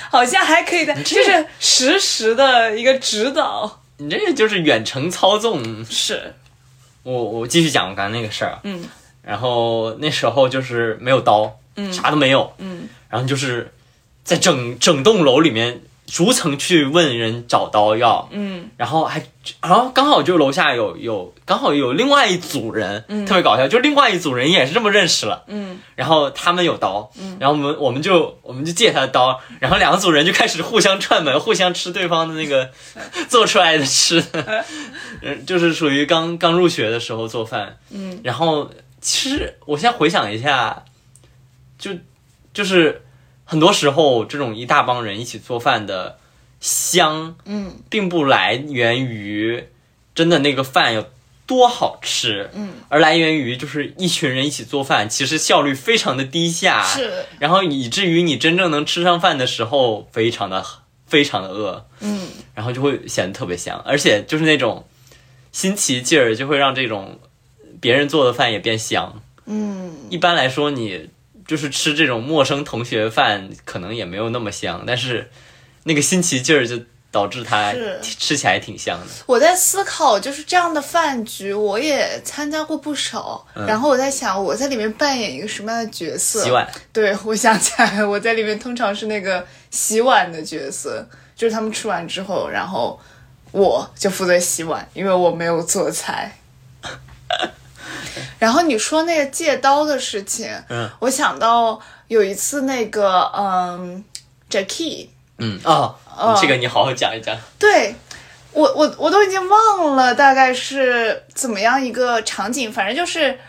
Speaker 1: 好像还可以的，就是实时的一个指导
Speaker 2: 你这就是远程操纵
Speaker 1: 是，
Speaker 2: 我我继续讲我刚才那个事儿啊，
Speaker 1: 嗯，
Speaker 2: 然后那时候就是没有刀，嗯，啥都没有，
Speaker 1: 嗯，
Speaker 2: 然后就是在整整栋楼里面逐层去问人找刀要，
Speaker 1: 嗯
Speaker 2: 然后还然后刚好就楼下有有刚好有另外一组人，嗯，特别搞笑，就另外一组人也是这么认识了，
Speaker 1: 嗯
Speaker 2: 然后他们有刀，然后我们我们就我们就借他的刀，然后两个组人就开始互相串门，互相吃对方的那个做出来的吃的，呃就是属于刚刚入学的时候做饭。
Speaker 1: 嗯，
Speaker 2: 然后其实我现在回想一下，就就是很多时候这种一大帮人一起做饭的香，
Speaker 1: 嗯
Speaker 2: 并不来源于真的那个饭有多好吃，
Speaker 1: 嗯，
Speaker 2: 而来源于就是一群人一起做饭，其实效率非常的低下，，
Speaker 1: 是嗯
Speaker 2: 然后以至于你真正能吃上饭的时候，非常的非常的饿，
Speaker 1: 嗯
Speaker 2: 然后就会显得特别香，而且就是那种新奇劲儿，就会让这种别人做的饭也变香。
Speaker 1: 嗯
Speaker 2: 一般来说，你就是吃这种陌生同学饭，可能也没有那么香，但是那个新奇劲儿就导致它
Speaker 1: 是
Speaker 2: 吃起来挺香的。
Speaker 1: 我在思考，就是这样的饭局，我也参加过不少。然后我在想，我在里面扮演一个什么样的角色？
Speaker 2: 洗碗，
Speaker 1: 对，我想起来，我在里面通常是那个洗碗的角色，就是他们吃完之后，然后我就负责洗碗，因为我没有做菜。 然后你说那个借刀的事情，
Speaker 2: 嗯，
Speaker 1: 我想到有一次那个，嗯，Jackie，
Speaker 2: 嗯哦，这个你好好讲一讲。
Speaker 1: 对我我我都已经忘了大概是怎么样一个场景，反正就是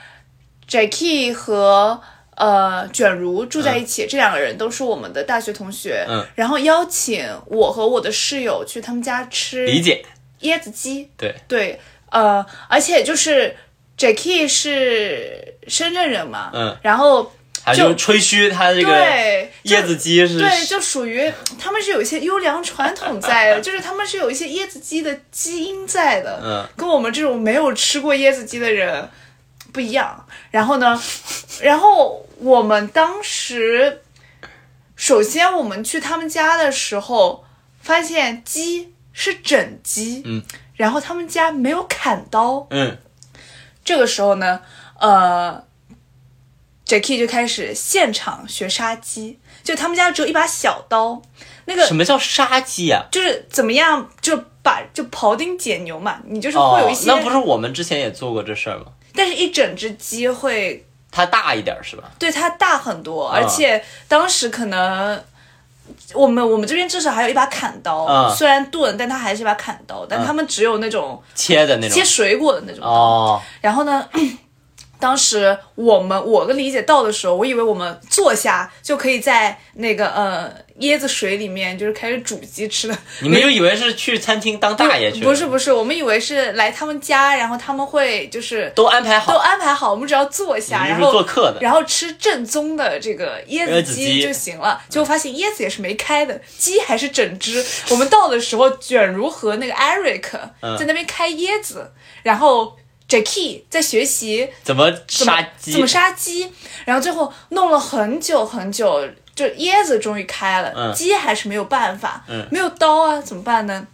Speaker 1: Jackie 和呃卷如住在一起，这两个人都是我们的大学同学，
Speaker 2: 嗯
Speaker 1: 然后邀请我和我的室友去他们家吃
Speaker 2: 理解，
Speaker 1: 椰子鸡，
Speaker 2: 对，
Speaker 1: 对，呃，而且就是 Jacky 是深圳人嘛，
Speaker 2: 嗯，
Speaker 1: 然后
Speaker 2: 还有
Speaker 1: 就
Speaker 2: 就是吹嘘他这个
Speaker 1: 对就
Speaker 2: 椰子鸡是
Speaker 1: 对，就属于他们是有一些优良传统在 的，就是他们是有一些椰子鸡的基因在的，
Speaker 2: 嗯，
Speaker 1: 跟我们这种没有吃过椰子鸡的人不一样。然后呢，然后我们当时，首先我们去他们家的时候，发现鸡是整鸡，
Speaker 2: 嗯，
Speaker 1: 然后他们家没有砍刀，
Speaker 2: 嗯
Speaker 1: 这个时候呢，呃，Jacky 就开始现场学杀鸡，就他们家只有一把小刀，那个
Speaker 2: 什么叫杀鸡啊？
Speaker 1: 就是怎么样，就把就庖丁解牛嘛，你就是会
Speaker 2: 哦
Speaker 1: 有一，些，
Speaker 2: 那不是我们之前也做过这事儿吗？
Speaker 1: 但是一整只鸡会
Speaker 2: 它大一点儿是吧？
Speaker 1: 对它大很多，
Speaker 2: 啊
Speaker 1: 而且当时可能。我们我们这边至少还有一把砍刀，
Speaker 2: 嗯
Speaker 1: 虽然钝，但它还是一把砍刀。但他们只有那种
Speaker 2: 切的啊那种
Speaker 1: 切。水果的那种刀，
Speaker 2: 哦，
Speaker 1: 然后呢， 当时我们我跟李姐到的时候，我以为我们坐下就可以在那个呃椰子水里面就是开始煮鸡吃的，
Speaker 2: 你们就以为是去餐厅当大爷去了？
Speaker 1: 不是不是，我们以为是来他们家，然后他们会就是
Speaker 2: 都安排
Speaker 1: 都
Speaker 2: 好，
Speaker 1: 安排好，我们只要坐
Speaker 2: 你
Speaker 1: 下，
Speaker 2: 们
Speaker 1: 然
Speaker 2: 就是做
Speaker 1: 后。
Speaker 2: 客的。
Speaker 1: 然后吃正宗的这个椰
Speaker 2: 椰
Speaker 1: 子
Speaker 2: 子
Speaker 1: 鸡
Speaker 2: 鸡
Speaker 1: 就行了，结果发现椰子也是没开的，鸡还是整 只。我们到的时候，卷如和那个 Eric
Speaker 2: 嗯
Speaker 1: 在那边开椰子，然后 Jacky 在学习
Speaker 2: 怎么
Speaker 1: 怎么
Speaker 2: 杀鸡？
Speaker 1: 怎么杀鸡？然后最后弄了很久很久，就椰子终于开了，
Speaker 2: 嗯
Speaker 1: 鸡还是没有办法，
Speaker 2: 嗯
Speaker 1: 没有刀啊，怎么办呢？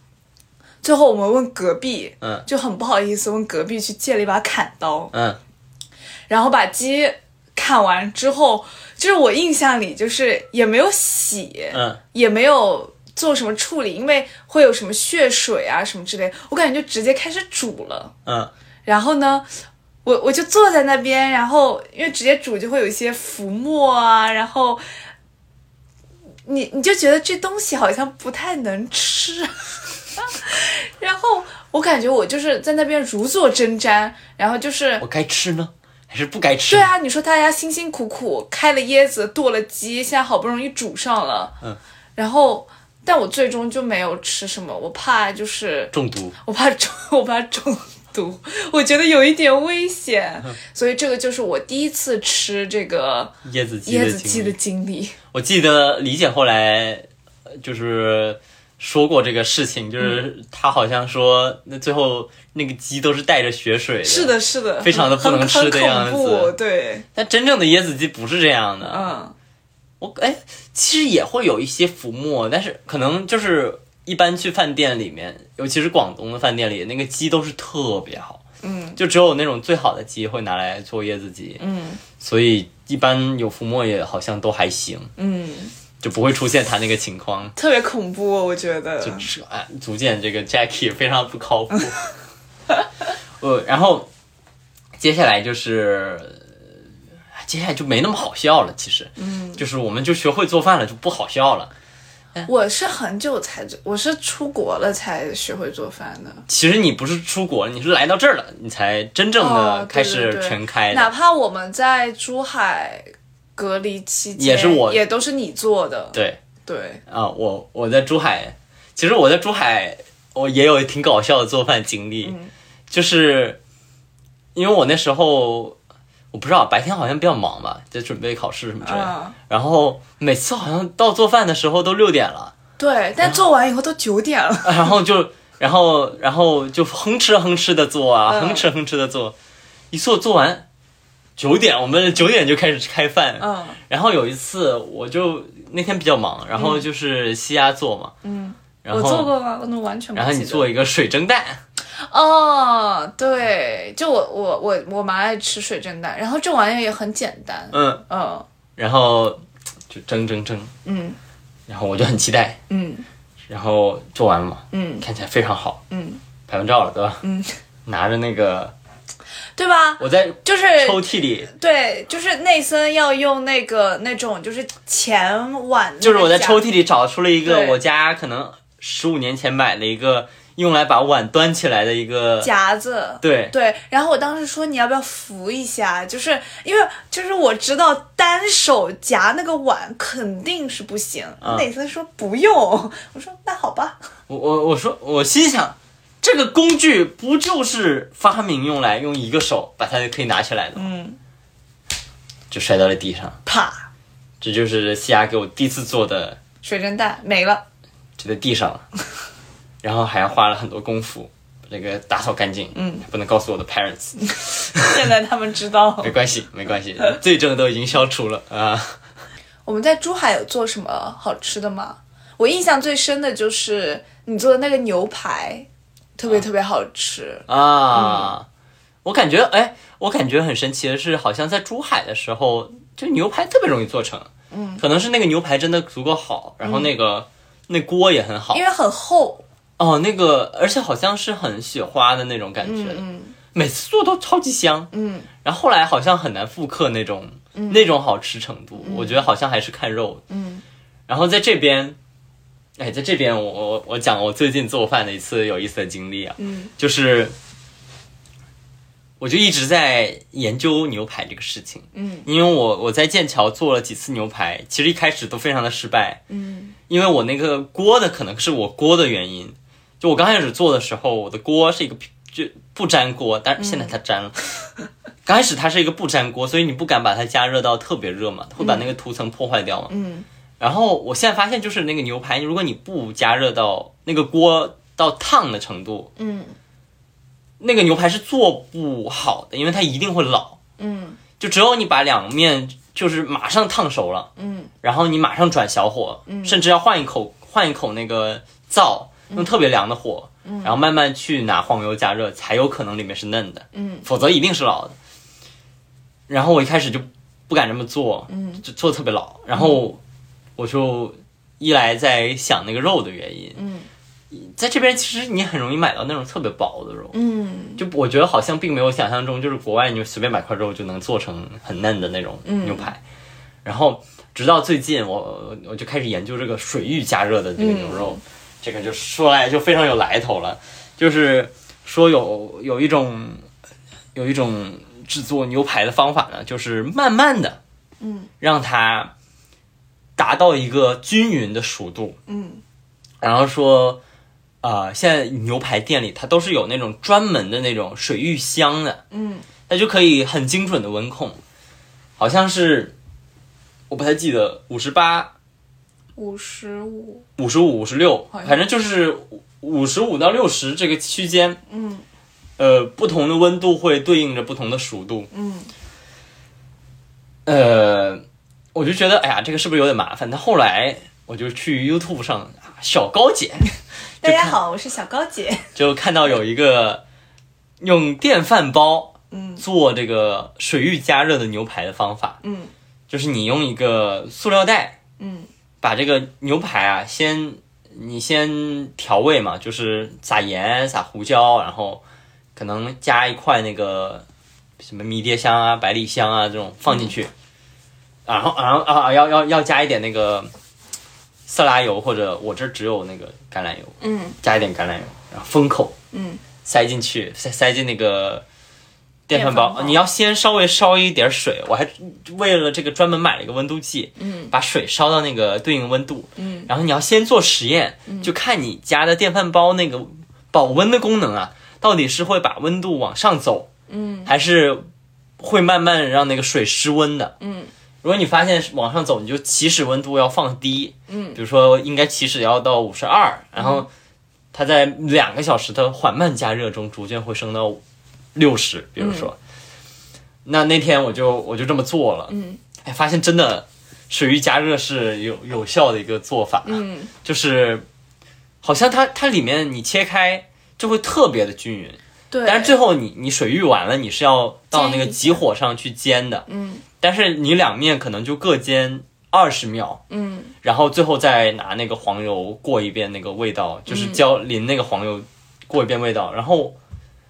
Speaker 1: 最后我们问隔壁，
Speaker 2: 嗯
Speaker 1: 就很不好意思问隔壁去借了一把砍刀，
Speaker 2: 嗯，
Speaker 1: 然后把鸡砍完之后，就是我印象里就是也没有洗，
Speaker 2: 嗯
Speaker 1: 也没有做什么处理，因为会有什么血水啊什么之类，我感觉就直接开始煮了。
Speaker 2: 嗯
Speaker 1: 然后呢，我我就坐在那边，然后因为直接煮就会有一些浮沫啊，然后你你就觉得这东西好像不太能吃， 然后我感觉我就是在那边如坐针毡，然后就是
Speaker 2: 我该吃呢，还是不该吃？
Speaker 1: 对，啊，你说大家辛辛苦苦开了椰子，剁了鸡，现在好不容易煮上了，
Speaker 2: 嗯，
Speaker 1: 然后但我最终就没有吃什么，我怕就是
Speaker 2: 中毒。
Speaker 1: 我怕中，我怕中毒，我觉得有一点危
Speaker 2: 嗯
Speaker 1: 险，所以这个就是我第一次吃这个
Speaker 2: 椰子鸡
Speaker 1: 椰
Speaker 2: 的
Speaker 1: 子鸡
Speaker 2: 经
Speaker 1: 的
Speaker 2: 历，
Speaker 1: 经历。
Speaker 2: 我记得李姐后来呃就是说过这个事情，
Speaker 1: 嗯
Speaker 2: 就是她好像说那最后那个鸡都是带着血水的。
Speaker 1: 是。的，是的，
Speaker 2: 非常地不
Speaker 1: 很
Speaker 2: 能吃的样
Speaker 1: 很恐怖，
Speaker 2: 子
Speaker 1: 对，
Speaker 2: 但真正的椰子鸡不是这样的。
Speaker 1: 嗯，
Speaker 2: 我哎，其实也会有一些浮沫，但是可能就是一般去饭店里面，尤其是广东的饭店里，那个鸡都是特别好，
Speaker 1: 嗯，
Speaker 2: 就只有那种最好的鸡会拿来做椰子鸡，
Speaker 1: 嗯，
Speaker 2: 所以一般有浮沫也好像都还行，
Speaker 1: 嗯，
Speaker 2: 就不会出现他那个情况。
Speaker 1: 特别恐怖，我觉得，
Speaker 2: 就是哎，足见这个 Jackie 非常不靠谱。呃，然后接下来就是，呃接下来就没那么好笑了。其实，嗯，就是我们就学会做饭了，就不好笑了。
Speaker 1: 我是很久才，我是出国了才学会做饭的，
Speaker 2: 其实你不是出国，你是来到这儿了，你才真正
Speaker 1: 哦
Speaker 2: 的
Speaker 1: 对
Speaker 2: 开
Speaker 1: 对
Speaker 2: 始
Speaker 1: 对
Speaker 2: 全开的。
Speaker 1: 哪怕我们在珠海隔离期间，
Speaker 2: 也是我
Speaker 1: 也都是你做的，
Speaker 2: 对
Speaker 1: 对，
Speaker 2: 啊、我我在珠海，其实我在珠海，我也有挺搞笑的做饭经历， 就是因为我那时候我不知道白天好像比较忙吧，在准备考试什么之类的，
Speaker 1: 嗯
Speaker 2: 然后每次好像到做饭的时候都六点了，
Speaker 1: 对，
Speaker 2: 啊
Speaker 1: 但做完以后都九点了。
Speaker 2: 然后就，然后，然后就哼哧哼哧的做啊，
Speaker 1: 嗯
Speaker 2: 哼哧哼哧的做，一做做完，九点，我们九点就开始开饭。
Speaker 1: 嗯
Speaker 2: 然后有一次，我就那天比较忙，然后就是西亚做嘛，
Speaker 1: 嗯，
Speaker 2: 然
Speaker 1: 我做
Speaker 2: 后
Speaker 1: 过吗？我那完全不记得。
Speaker 2: 然后你做一个水蒸蛋，
Speaker 1: 哦，对，就我我我我蛮爱吃水蒸蛋，然后这玩意儿也很简单。
Speaker 2: 嗯，
Speaker 1: 嗯
Speaker 2: 然后就蒸蒸蒸，
Speaker 1: 嗯
Speaker 2: 然后我就很期待，
Speaker 1: 嗯
Speaker 2: 然后做完了嘛，
Speaker 1: 嗯
Speaker 2: 看起来非常好，
Speaker 1: 嗯
Speaker 2: 拍完照了对吧？
Speaker 1: 嗯，
Speaker 2: 拿着那个
Speaker 1: 对吧？
Speaker 2: 我在
Speaker 1: 就是
Speaker 2: 抽屉里，
Speaker 1: 对，就是内森要用那个那种就是前碗那个夹，
Speaker 2: 就是我在抽屉里找出了一个
Speaker 1: 对
Speaker 2: 我家可能十五年前买的一个用来把碗端起来的一个，
Speaker 1: 夹子。
Speaker 2: 对
Speaker 1: 对，然后我当时说你要不要扶一下，就是因为就是我知道单手夹那个碗肯定是不行。
Speaker 2: 嗯
Speaker 1: 内森说不用，我说那好吧。
Speaker 2: 我我我说我心想，这个工具不就是发明用来用一个手把它可以拿起来的吗？
Speaker 1: 嗯，
Speaker 2: 就摔到了地上。
Speaker 1: 啪，
Speaker 2: 这就是西雅给我第一次做的，
Speaker 1: 水蒸蛋没了。
Speaker 2: 就在地 上了，然后还花了很多功夫把这个打扫干净。
Speaker 1: 嗯，
Speaker 2: 不能告诉我的 parents，
Speaker 1: 现在他们知道
Speaker 2: 没关系，没关系，罪证都已经消除了啊。
Speaker 1: 我们在珠海有做什么好吃的吗？我印象最深的就是你做的那个牛排，特别特别好吃。
Speaker 2: 啊，我感觉，哎，我感觉很神奇的是，好像在珠海的时候，就牛排特别容易做成。嗯，可能是那个牛排真的足够好，然后那个、那锅也很好
Speaker 1: 嗯因。为很厚，
Speaker 2: 哦，那个而且好像是很雪花的那种感觉，
Speaker 1: 嗯
Speaker 2: 每次做都超级香。
Speaker 1: 嗯，
Speaker 2: 然后后来好像很难复刻那种、那种好吃程度，我觉得好像还是看肉。
Speaker 1: 嗯，
Speaker 2: 然后在这边，哎，在这边我我我讲我最近做饭的一次有意思的经历啊，
Speaker 1: 嗯，
Speaker 2: 就是我就一直在研究牛排这个事情，
Speaker 1: 嗯，
Speaker 2: 因为我我在剑桥做了几次牛排，其实一开始都非常的失败，
Speaker 1: 嗯，
Speaker 2: 因为我那个锅的可能是我锅的原因，就我刚开始做的时候，我的锅是一个就不粘锅，但是现
Speaker 1: 嗯
Speaker 2: 在它粘了。刚开始它是一个不粘锅，所以你不敢把它加热到特别热嘛，它会把那个涂层破坏掉嘛。
Speaker 1: 嗯。
Speaker 2: 然后我现在发现，就是那个牛排，如果你不加热到那个锅到烫的程度，
Speaker 1: 嗯
Speaker 2: 那个牛排是做不好的，因为它一定会老。
Speaker 1: 嗯
Speaker 2: 就只有你把两面就是马上烫熟了，
Speaker 1: 嗯
Speaker 2: 然后你马上转小火，甚至要换一口换一口那个灶，
Speaker 1: 嗯
Speaker 2: 用特别凉的火，然后慢慢去拿黄油加热，才有可能里面是嫩的，
Speaker 1: 嗯
Speaker 2: 否则一定是老的。然后我一开始就不敢这么做，
Speaker 1: 嗯
Speaker 2: 就做得特别老，然后我就一来在想那个肉的原因，
Speaker 1: 嗯
Speaker 2: 在这边其实你很容易买到那种特别薄的肉，
Speaker 1: 嗯
Speaker 2: 就我觉得好像并没有想象中，就是国外你就随便买块肉就能做成很嫩的那种牛排。然后直到最近我，我我就开始研究这个水域加热的这个牛肉，这个就说来就非常有来头了，就是说有有一种有一种制作牛排的方法呢，就是慢慢的，
Speaker 1: 嗯，
Speaker 2: 让它达到一个均匀的熟度，
Speaker 1: 嗯
Speaker 2: 然后说，呃，现在牛排店里它都是有那种专门的那种水浴箱的，
Speaker 1: 嗯，
Speaker 2: 它就可以很精准的温控，好像是我不太记得五十八、
Speaker 1: 五十五，
Speaker 2: 五十五、五十六
Speaker 1: 好，像
Speaker 2: 反正就是五十五到六十这个区间，
Speaker 1: 嗯
Speaker 2: 呃，不同的温度会对应着不同的熟度，
Speaker 1: 嗯
Speaker 2: 呃，我就觉得哎呀，这个是不是有点麻烦？但后来我就去 YouTube 上啊小高姐。
Speaker 3: 大家好，我是小高姐。
Speaker 2: 就看到有一个用电饭煲做这个水域加热的牛排的方法，
Speaker 1: 嗯
Speaker 2: 就是你用一个塑料袋
Speaker 1: 嗯
Speaker 2: 把这个牛排啊先你先调味嘛，就是撒盐、撒胡椒，然后可能加一块那个什么迷迭香啊、百里香啊这种放进去，然后然后啊要要要加一点那个色拉油或者我这儿只有那个橄榄油，
Speaker 1: 嗯
Speaker 2: 加一点橄榄油，然后封口。
Speaker 1: 嗯
Speaker 2: 塞进去，塞塞进那个电饭
Speaker 1: 电
Speaker 2: 煲
Speaker 1: 饭。煲
Speaker 2: 你要先稍微烧一点水，我还为了这个专门买了一个温度计，
Speaker 1: 嗯，
Speaker 2: 把水烧到那个对应温度，
Speaker 1: 嗯，
Speaker 2: 然后你要先做实验，就看你家的电饭煲那个保温的功能啊，到底是会把温度往上走，
Speaker 1: 嗯，
Speaker 2: 还是会慢慢让那个水失温的，
Speaker 1: 嗯。
Speaker 2: 如果你发现是往上走，你就起始温度要放低，
Speaker 1: 嗯
Speaker 2: 比如说应该起始要到五十二，然后它在两个小时的缓慢加热中，逐渐会升到六十，比如说。那那天我就我就这么做了，
Speaker 1: 嗯，
Speaker 2: 哎，发现真的水域加热是有有效的一个做法，
Speaker 1: 嗯
Speaker 2: 就是好像它它里面你切开就会特别的均匀，
Speaker 1: 对，
Speaker 2: 但是最后你你水域完了，你是要到那
Speaker 1: 煎
Speaker 2: 个
Speaker 1: 一下
Speaker 2: 急火上去煎的，
Speaker 1: 嗯
Speaker 2: 但是你两面可能就各煎二十秒，
Speaker 1: 嗯
Speaker 2: 然后最后再拿那个黄油过一遍那个味道，就是浇淋那个黄油过一遍味道。然后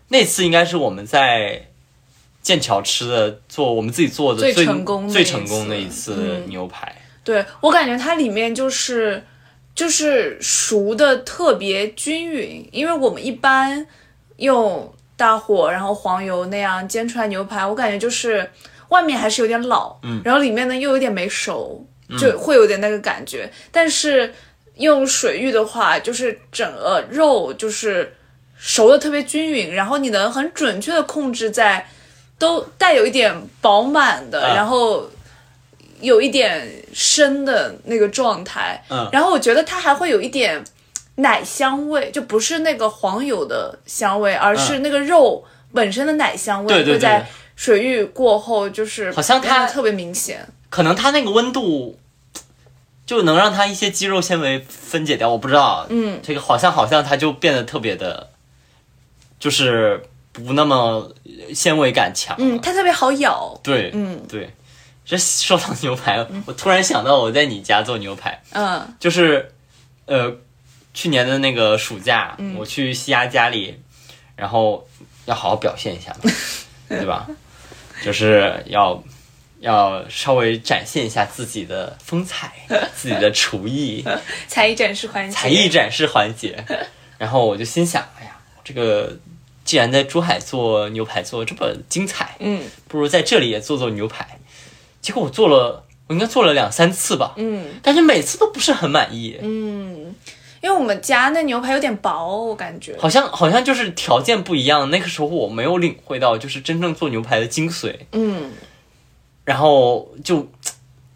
Speaker 2: 那次应该是我们在剑桥吃的做我们自己做的
Speaker 1: 最
Speaker 2: 最
Speaker 1: 成功的
Speaker 2: 最
Speaker 1: 一次
Speaker 2: 成功的一次
Speaker 1: 嗯
Speaker 2: 牛排。
Speaker 1: 对我感觉它里面就是就是熟的特别均匀，因为我们一般用大火然后黄油那样煎出来牛排，我感觉就是外面还是有点老，嗯，然后里面呢又有点没熟，
Speaker 2: 嗯
Speaker 1: 就会有点那个感觉。但是用水浴的话，就是整个肉就是熟的特别均匀，然后你能很准确的控制在都带有一点饱满的，
Speaker 2: 啊
Speaker 1: 然后有一点生的那个状态。
Speaker 2: 嗯
Speaker 1: 然后我觉得它还会有一点奶香味，就不是那个黄油的香味，而是那个肉本身的奶香味
Speaker 2: 嗯对对
Speaker 1: 会
Speaker 2: 对
Speaker 1: 在水浴过后就是
Speaker 2: 好像它
Speaker 1: 变得特别明显。
Speaker 2: 可能它那个温度就能让它一些肌肉纤维分解掉，我不知道。嗯，这个好像好像它就变得特别的，就是不那么纤维感强。
Speaker 1: 嗯，，它特别好咬。
Speaker 2: 对，
Speaker 1: 嗯
Speaker 2: 对。这说到牛排，我突然想到我在你家做牛排，
Speaker 1: 嗯
Speaker 2: 就是呃去年的那个暑假，我去西丫家里，然后要好好表现一下嘛，对吧？就是要要稍微展现一下自己的风采，自己的厨艺，
Speaker 1: 才艺展示环节。
Speaker 2: 才艺展示 环节。然后我就心想，哎呀，这个既然在珠海做牛排做得这么精彩，
Speaker 1: 嗯
Speaker 2: 不如在这里也做做牛排。结果我做了，我应该做了两三次吧，
Speaker 1: 嗯
Speaker 2: 但是每次都不是很满意。
Speaker 1: 嗯，因为我们家那牛排有点薄，我感觉。
Speaker 2: 好像好像就是条件不一样，那个时候我没有领会到就是真正做牛排的精髓，
Speaker 1: 嗯
Speaker 2: 然后就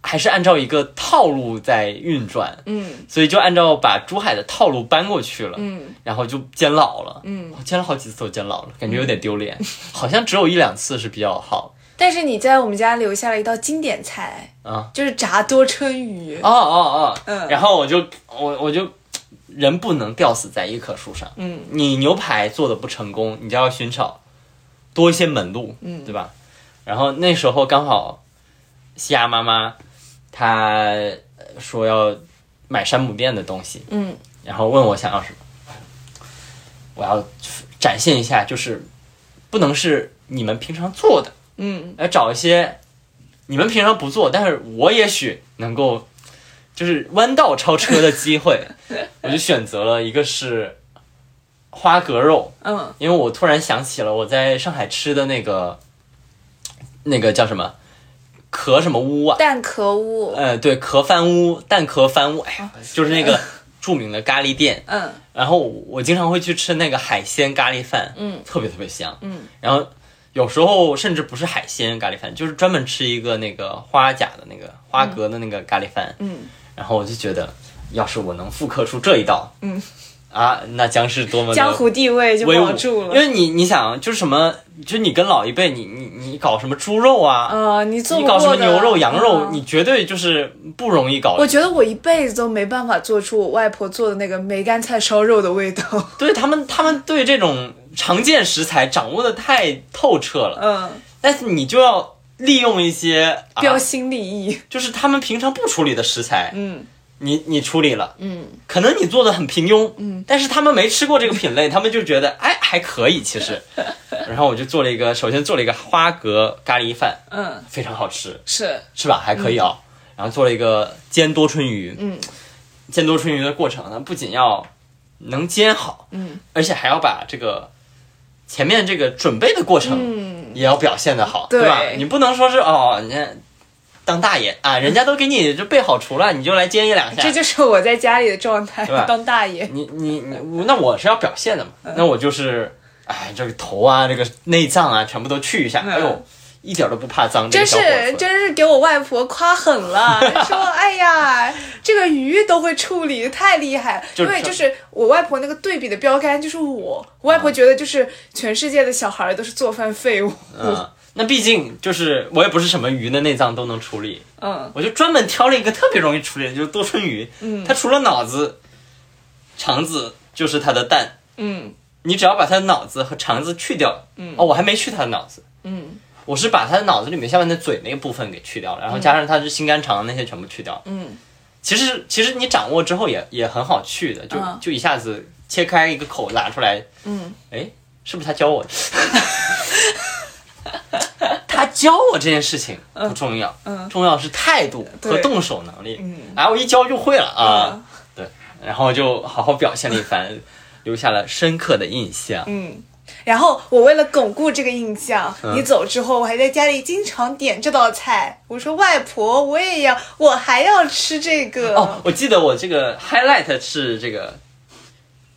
Speaker 2: 还是按照一个套路在运转，
Speaker 1: 嗯
Speaker 2: 所以就按照把珠海的套路搬过去了，
Speaker 1: 嗯
Speaker 2: 然后就煎老了，
Speaker 1: 嗯。
Speaker 2: 我煎了好几次都煎老了，感觉有点丢脸，好像只有一两次是比较好
Speaker 1: 但是你在我们家留下了一道经典菜，
Speaker 2: 啊，
Speaker 1: 就是炸多春鱼。
Speaker 2: 哦哦哦，
Speaker 1: 嗯
Speaker 2: 然后我就我我就人不能吊死在一棵树上，
Speaker 1: 嗯
Speaker 2: 你牛排做的不成功，你就要寻找多一些门路，
Speaker 1: 嗯
Speaker 2: 对吧？然后那时候刚好西亚妈妈她呃说要买山姆店的东西，
Speaker 1: 嗯
Speaker 2: 然后问我想要什么，我要展现一下，就是不能是你们平常做的，
Speaker 1: 嗯
Speaker 2: 来找一些你们平常不做，但是我也许能够就是弯道超车的机会，我就选择了一个是花蛤肉，
Speaker 1: 嗯
Speaker 2: 因为我突然想起了我在上海吃的那个那个叫什么壳什么屋啊，
Speaker 1: 蛋壳屋。
Speaker 2: 呃，对，壳番屋、蛋壳番屋，哎呀，就是那个著名的咖喱店。
Speaker 1: 嗯
Speaker 2: 然后我经常会去吃那个海鲜咖喱饭，
Speaker 1: 嗯，
Speaker 2: 特别特别香。
Speaker 1: 嗯
Speaker 2: 然后有时候甚至不是海鲜咖喱饭，就是专门吃一个那个花甲的那个花蛤的那个咖喱饭。
Speaker 1: 嗯
Speaker 2: 然后我就觉得，要是我能复刻出这一道，
Speaker 1: 嗯，
Speaker 2: 啊，那将是多么，的
Speaker 1: 江湖地位就
Speaker 2: 威武
Speaker 1: 保住了。
Speaker 2: 因为你你想，就是什么，就是你跟老一辈，你你你搞什么猪肉啊，
Speaker 1: 呃，你做
Speaker 2: 你
Speaker 1: 不
Speaker 2: 搞什么
Speaker 1: 过的
Speaker 2: 牛肉、羊肉，
Speaker 1: 嗯
Speaker 2: 你绝对就是不容易搞。
Speaker 1: 我觉得我一辈子都没办法做出我外婆做的那个梅干菜烧肉的味道。
Speaker 2: 对他们，他们对这种常见食材掌握的太透彻了，
Speaker 1: 嗯，
Speaker 2: 但是你就要利用一些、啊、
Speaker 1: 标新立异。
Speaker 2: 就是他们平常不处理的食材，
Speaker 1: 嗯
Speaker 2: 你你处理了，
Speaker 1: 嗯
Speaker 2: 可能你做的很平庸，嗯，但是他们没吃过这个品类，他们就觉得哎还可以 其实。然后我就做了一个，首先做了一个花蛤咖喱饭，
Speaker 1: 嗯，
Speaker 2: 非常好吃，
Speaker 1: 是
Speaker 2: 是吧？还可以啊、然后做了一个煎多春鱼，
Speaker 1: 嗯
Speaker 2: 煎多春鱼的过程呢，不仅要能煎好，
Speaker 1: 嗯
Speaker 2: 而且还要把这个前面这个准备的过程
Speaker 1: 嗯
Speaker 2: 也要表现的好，
Speaker 1: 对
Speaker 2: 吧？你不能说是哦，人家当大爷啊，人家都给你就备好厨了，你就来煎一 两下，
Speaker 1: 嗯这就是我在家里的状态
Speaker 2: 对吧，嗯
Speaker 1: 当大爷。
Speaker 2: 你你你，我那我是要表现的嘛，
Speaker 1: 嗯
Speaker 2: 那我就是，哎，这个头啊，这个内脏啊，全部都去一下，哎呦，一点都不怕脏，这
Speaker 1: 嗯真
Speaker 2: 个
Speaker 1: 是
Speaker 2: 小伙子，
Speaker 1: 真是给我外婆夸狠 了，说哎呀，这个鱼都会处理，太厉害了。
Speaker 2: 就
Speaker 1: 因为
Speaker 2: 这
Speaker 1: 就是我外婆那个对比的标杆就是我，我外婆觉得就是全世界的小孩都是做饭废物。
Speaker 2: 嗯，那毕竟就是我也不是什么鱼的内脏都能处理，
Speaker 1: 嗯
Speaker 2: 我就专门挑了一个特别容易处理的，就是多春鱼，嗯，它除了脑子、肠子，就是它的蛋，
Speaker 1: 嗯
Speaker 2: 你只要把它的脑子和肠子去掉，嗯，哦，我还没去它的脑子。
Speaker 1: 嗯
Speaker 2: 我是把它的脑子里面下面的嘴那个部分给去掉了，然后加上它的心肝肠那些全部去掉，
Speaker 1: 嗯
Speaker 2: 其实其实你掌握之后也也很好去的，就、
Speaker 1: 嗯
Speaker 2: 就一下子切开一个口拿出来，
Speaker 1: 嗯，
Speaker 2: 哎，是不是他 教我的？他教我这件事情不重要，
Speaker 1: 嗯
Speaker 2: 重要是态度和
Speaker 1: 对
Speaker 2: 动手能力。
Speaker 1: 嗯
Speaker 2: 哎，我一教就会了啊。
Speaker 1: 嗯
Speaker 2: 对，然后就好好表现了一番，留下了深刻的印象。
Speaker 1: 嗯
Speaker 4: 然后我为了巩固这个印象，
Speaker 2: 嗯
Speaker 4: 你走之后，我还在家里经常点这道菜。我说外婆，我也要，我还要吃这个。
Speaker 2: 哦，我记得我这个 highlight 是这个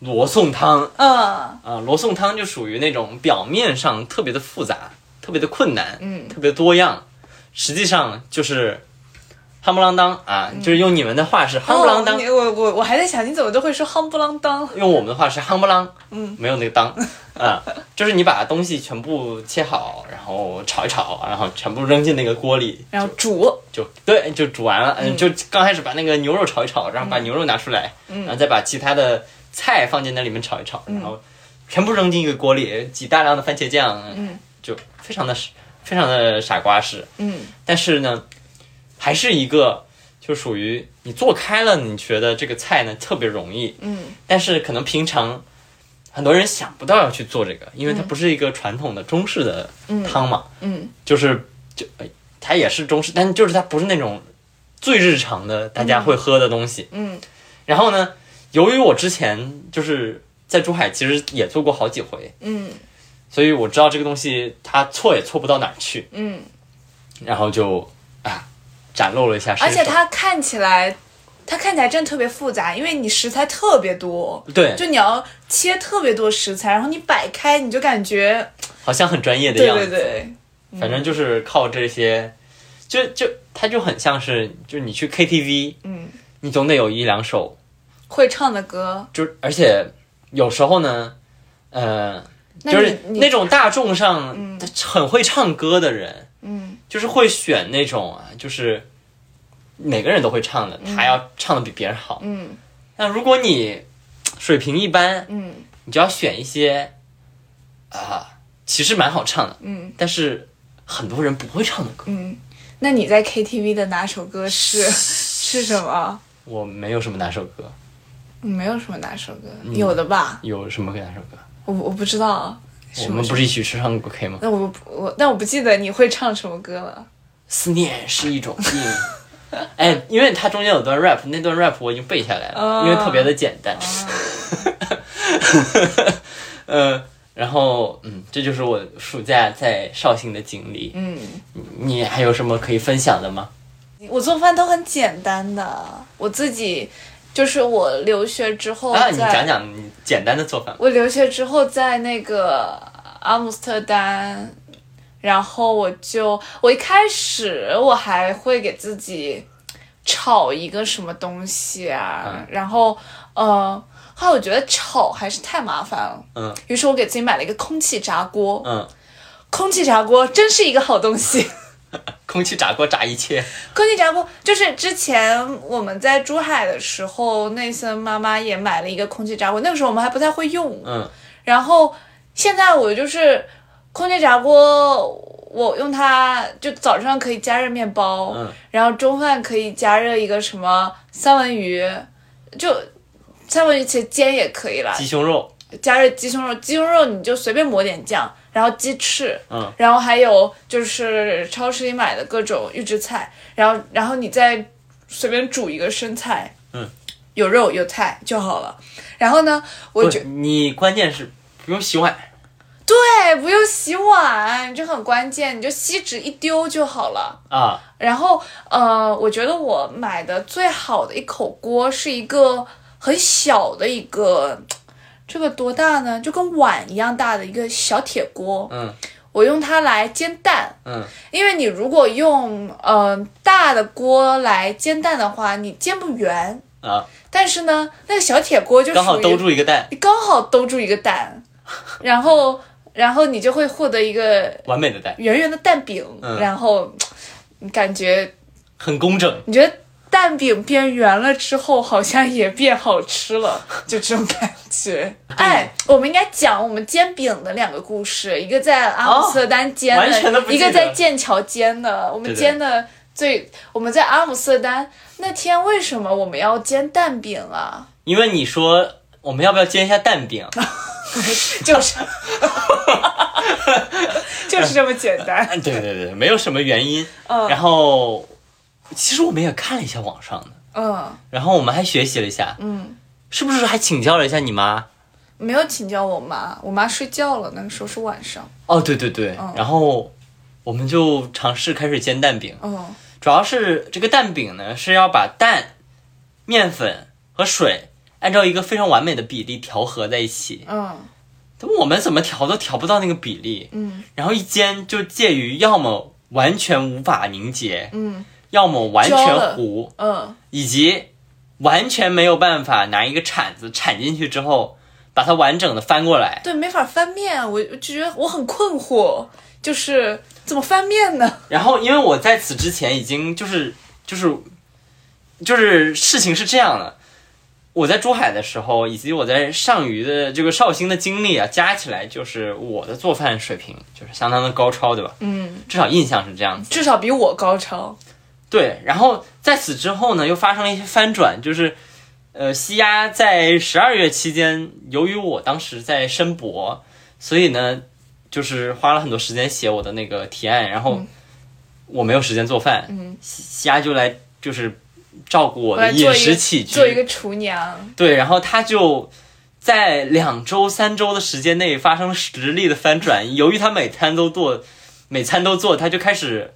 Speaker 2: 罗宋汤啊、
Speaker 4: 嗯，
Speaker 2: 罗宋汤就属于那种表面上特别的复杂、特别的困难，嗯，特别多样，实际上就是夯不啷当啊，就是用你们的话是夯不啷当，
Speaker 4: 哦你我我我还在想，你怎么都会说夯不啷当？
Speaker 2: 用我们的话是夯不啷，嗯，没有那个当，啊、就是你把东西全部切好，然后炒一炒，然后全部扔进那个锅里，
Speaker 4: 然后煮，
Speaker 2: 就对，就煮完了，嗯，就刚开始把那个牛肉炒一炒，然后把牛肉拿出来，然后再把其他的菜放进那里面炒一炒，然后全部扔进一个锅里，挤大量的番茄酱，嗯，就非常的非常的傻瓜式，
Speaker 4: 嗯，
Speaker 2: 但是呢，还是一个就属于你做开了，你觉得这个菜呢特别容易，
Speaker 4: 嗯，
Speaker 2: 但是可能平常很多人想不到要去做这个，因为它不是一个传统的中式的汤嘛，
Speaker 4: 嗯嗯
Speaker 2: 就是就哎它也是中式，但就是它不是那种最日常的大家会喝的东西，
Speaker 4: 嗯嗯
Speaker 2: 然后呢，由于我之前就是在珠海其实也做过好几回，
Speaker 4: 嗯
Speaker 2: 所以我知道这个东西它错也错不到哪儿去，
Speaker 4: 嗯，
Speaker 2: 然后就啊展露了一下身
Speaker 4: 而
Speaker 2: 手，
Speaker 4: 且它看起来，它看起来真的特别复杂，因为你食材特别多，
Speaker 2: 对
Speaker 4: 就你要切特别多食材，然后你摆开，你就感觉，
Speaker 2: 好像很专业的
Speaker 4: 对
Speaker 2: 样子，
Speaker 4: 对对，
Speaker 2: 反正就是靠这些，就就它就很像是，就是你去 KTV，
Speaker 4: 嗯，
Speaker 2: 你总得有一两首，
Speaker 4: 会唱的歌，
Speaker 2: 就是而且有时候呢，呃，
Speaker 4: 那
Speaker 2: 就是
Speaker 4: 你
Speaker 2: 那种大众上很会唱歌的人，
Speaker 4: 嗯
Speaker 2: 就是会选那种啊，就是每个人都会唱的，他要唱的比别人好。
Speaker 4: 嗯
Speaker 2: 那如果你水平一般，
Speaker 4: 嗯
Speaker 2: 你就要选一些啊，其实蛮好唱的，
Speaker 4: 嗯
Speaker 2: 但是很多人不会唱的歌。
Speaker 4: 嗯，那你在 KTV 的哪首歌是是什么？
Speaker 2: 我没有什么哪首歌。
Speaker 4: 没有什么哪首歌，有的吧？
Speaker 2: 有什么给哪首歌？
Speaker 4: 我我不知道。
Speaker 2: 我
Speaker 4: 么
Speaker 2: 们不是一起去唱过 K 吗？
Speaker 4: 那我不我但我不记得你会唱什么歌了。
Speaker 2: 思念是一种病。 哎，因为它中间有段 rap，那段 rap 我已经背下来了，
Speaker 4: 哦
Speaker 2: 因为特别的简单。
Speaker 1: 哦
Speaker 2: 呃，然后嗯，这就是我暑假在绍兴的经历。
Speaker 4: 嗯，
Speaker 2: 你还有什么可以分享的吗？
Speaker 4: 我做饭都很简单的，
Speaker 1: 我自己就是我留学之后
Speaker 2: 啊，
Speaker 1: 在，
Speaker 2: 你讲讲你简单的做法吧。
Speaker 1: 我留学之后在那个阿姆斯特丹，然后我就我一开始我还会给自己炒一个什么东西啊，
Speaker 2: 嗯
Speaker 1: 然后呃，后来我觉得炒还是太麻烦了，
Speaker 2: 嗯
Speaker 1: 于是我给自己买了一个空气炸锅。
Speaker 2: 嗯，
Speaker 1: 空气炸锅真是一个好东西。
Speaker 2: 空气炸锅炸一切。
Speaker 1: 空气炸锅就是之前我们在珠海的时候，内森妈妈也买了一个空气炸锅，那个时候我们还不太会用。
Speaker 2: 嗯
Speaker 1: 然后现在我就是空气炸锅，我用它就早上可以加热面包，
Speaker 2: 嗯
Speaker 1: 然后中饭可以加热一个什么三文鱼，就三文鱼其实煎也可以啦，
Speaker 2: 鸡胸肉。
Speaker 1: 加热鸡胸肉，鸡胸肉你就随便抹点酱，然后鸡翅，
Speaker 2: 嗯
Speaker 1: 然后还有就是超市里买的各种预制菜，然后然后你再随便煮一个生菜，
Speaker 2: 嗯，
Speaker 1: 有肉有菜就好了。然后呢，我
Speaker 2: 不
Speaker 1: 觉，
Speaker 2: 你关键是不用洗碗。
Speaker 1: 对哎不用洗碗，这很关键，你就锡纸一丢就好了。
Speaker 2: 啊，
Speaker 1: 然后呃，我觉得我买的最好的一口锅是一个很小的一个。这个多大呢？就跟碗一样大的一个小铁锅，
Speaker 2: 嗯
Speaker 1: 我用它来煎蛋，
Speaker 2: 嗯
Speaker 1: 因为你如果用呃大的锅来煎蛋的话，你煎不圆。
Speaker 2: 啊，
Speaker 1: 但是呢，那个小铁锅就
Speaker 2: 刚好
Speaker 1: 属于
Speaker 2: 兜住一个蛋，
Speaker 1: 你刚好兜住一个蛋，然后然后你就会获得一个
Speaker 2: 完美的蛋，
Speaker 1: 圆圆的蛋饼，
Speaker 2: 嗯
Speaker 1: 然后你感觉
Speaker 2: 很工整。
Speaker 1: 你觉得蛋饼变圆了之后，好像也变好吃 了，就这种感觉。
Speaker 2: 嗯
Speaker 1: 哎，我们应该讲我们煎饼的两个故事，一个在阿姆斯特丹煎
Speaker 2: 哦完全
Speaker 1: 的，
Speaker 2: 都不记
Speaker 1: 一
Speaker 2: 得
Speaker 1: 个在剑桥煎的。我们
Speaker 2: 对对
Speaker 1: 煎的最，我们在阿姆斯特丹那天为什么我们要煎蛋饼啊？
Speaker 2: 因为你说我们要不要煎一下蛋饼？
Speaker 1: 就是， 就是这么简单。
Speaker 2: 嗯，对对对，没有什么原因。然后其实我们也看了一下网上的，
Speaker 1: 嗯
Speaker 2: 然后我们还学习了一下，
Speaker 1: 嗯，
Speaker 2: 是不是还请教了一下你妈？
Speaker 1: 没有请教我妈，我妈睡觉了，那个时候是晚上。
Speaker 2: 哦，对对对，然后我们就尝试开始煎蛋饼，
Speaker 1: 嗯，
Speaker 2: 主要是这个蛋饼呢是要把蛋、面粉和水按照一个非常完美的比例调和在一起。
Speaker 1: 嗯，
Speaker 2: 但我们怎么调都调不到那个比例，嗯，然后一煎就介于要么完全无法凝结，嗯，要么完
Speaker 1: 焦
Speaker 2: 全
Speaker 1: 了
Speaker 2: 糊，
Speaker 1: 嗯，
Speaker 2: 以及完全没有办法拿一个铲子铲进去之后把它完整的翻过来。
Speaker 1: 对，没法翻面，我就觉得我很困惑，就是怎么翻面呢？
Speaker 2: 然后因为我在此之前已经就是就是就是事情是这样的，我在珠海的时候，以及我在上虞的这个绍兴的经历啊，加起来就是我的做饭水平就是相当的高超，对吧？
Speaker 1: 嗯，
Speaker 2: 至少印象是这样子。
Speaker 1: 至少比我高超。
Speaker 2: 对，然后在此之后呢，又发生了一些翻转，就是，呃，西亚在十二月期间，由于我当时在申博，所以呢，就是花了很多时间写我的那个提案，然后我没有时间做饭，
Speaker 1: 嗯
Speaker 2: 西西亚就来就是照顾
Speaker 1: 我
Speaker 2: 我
Speaker 1: 来做
Speaker 2: 的
Speaker 1: 一
Speaker 2: 饮
Speaker 1: 个
Speaker 2: 食起居，
Speaker 1: 做一个厨娘，
Speaker 2: 对，然后他就在两周、三周的时间内发生了实力的翻转。由于他每餐都做，每餐都做，他就开始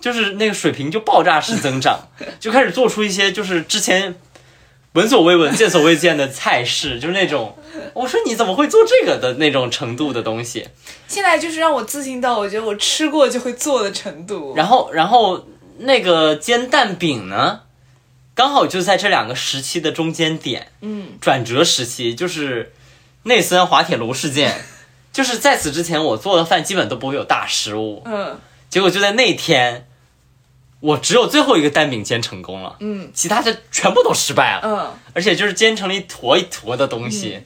Speaker 2: 就是那个水平就爆炸式增长，就开始做出一些就是之前闻所未闻、见所未见的菜式，就是那种我说你怎么会做这个的那种程度的东西。
Speaker 4: 现在就是让我自信到我觉得我吃过就会做的程度。
Speaker 2: 然后，然后那个煎蛋饼呢，刚好就在这两个时期的中间点，
Speaker 4: 嗯，
Speaker 2: 转折时期，就是内森滑铁卢事件， 就是在此之前我做的饭基本都不会有大失误，
Speaker 4: 嗯，
Speaker 2: 结果就在那天，我只有最后一个蛋饼煎成功了，
Speaker 4: 嗯，
Speaker 2: 其他的全部都失败了，
Speaker 4: 嗯，
Speaker 2: 而且就是煎成了一坨一坨的东西，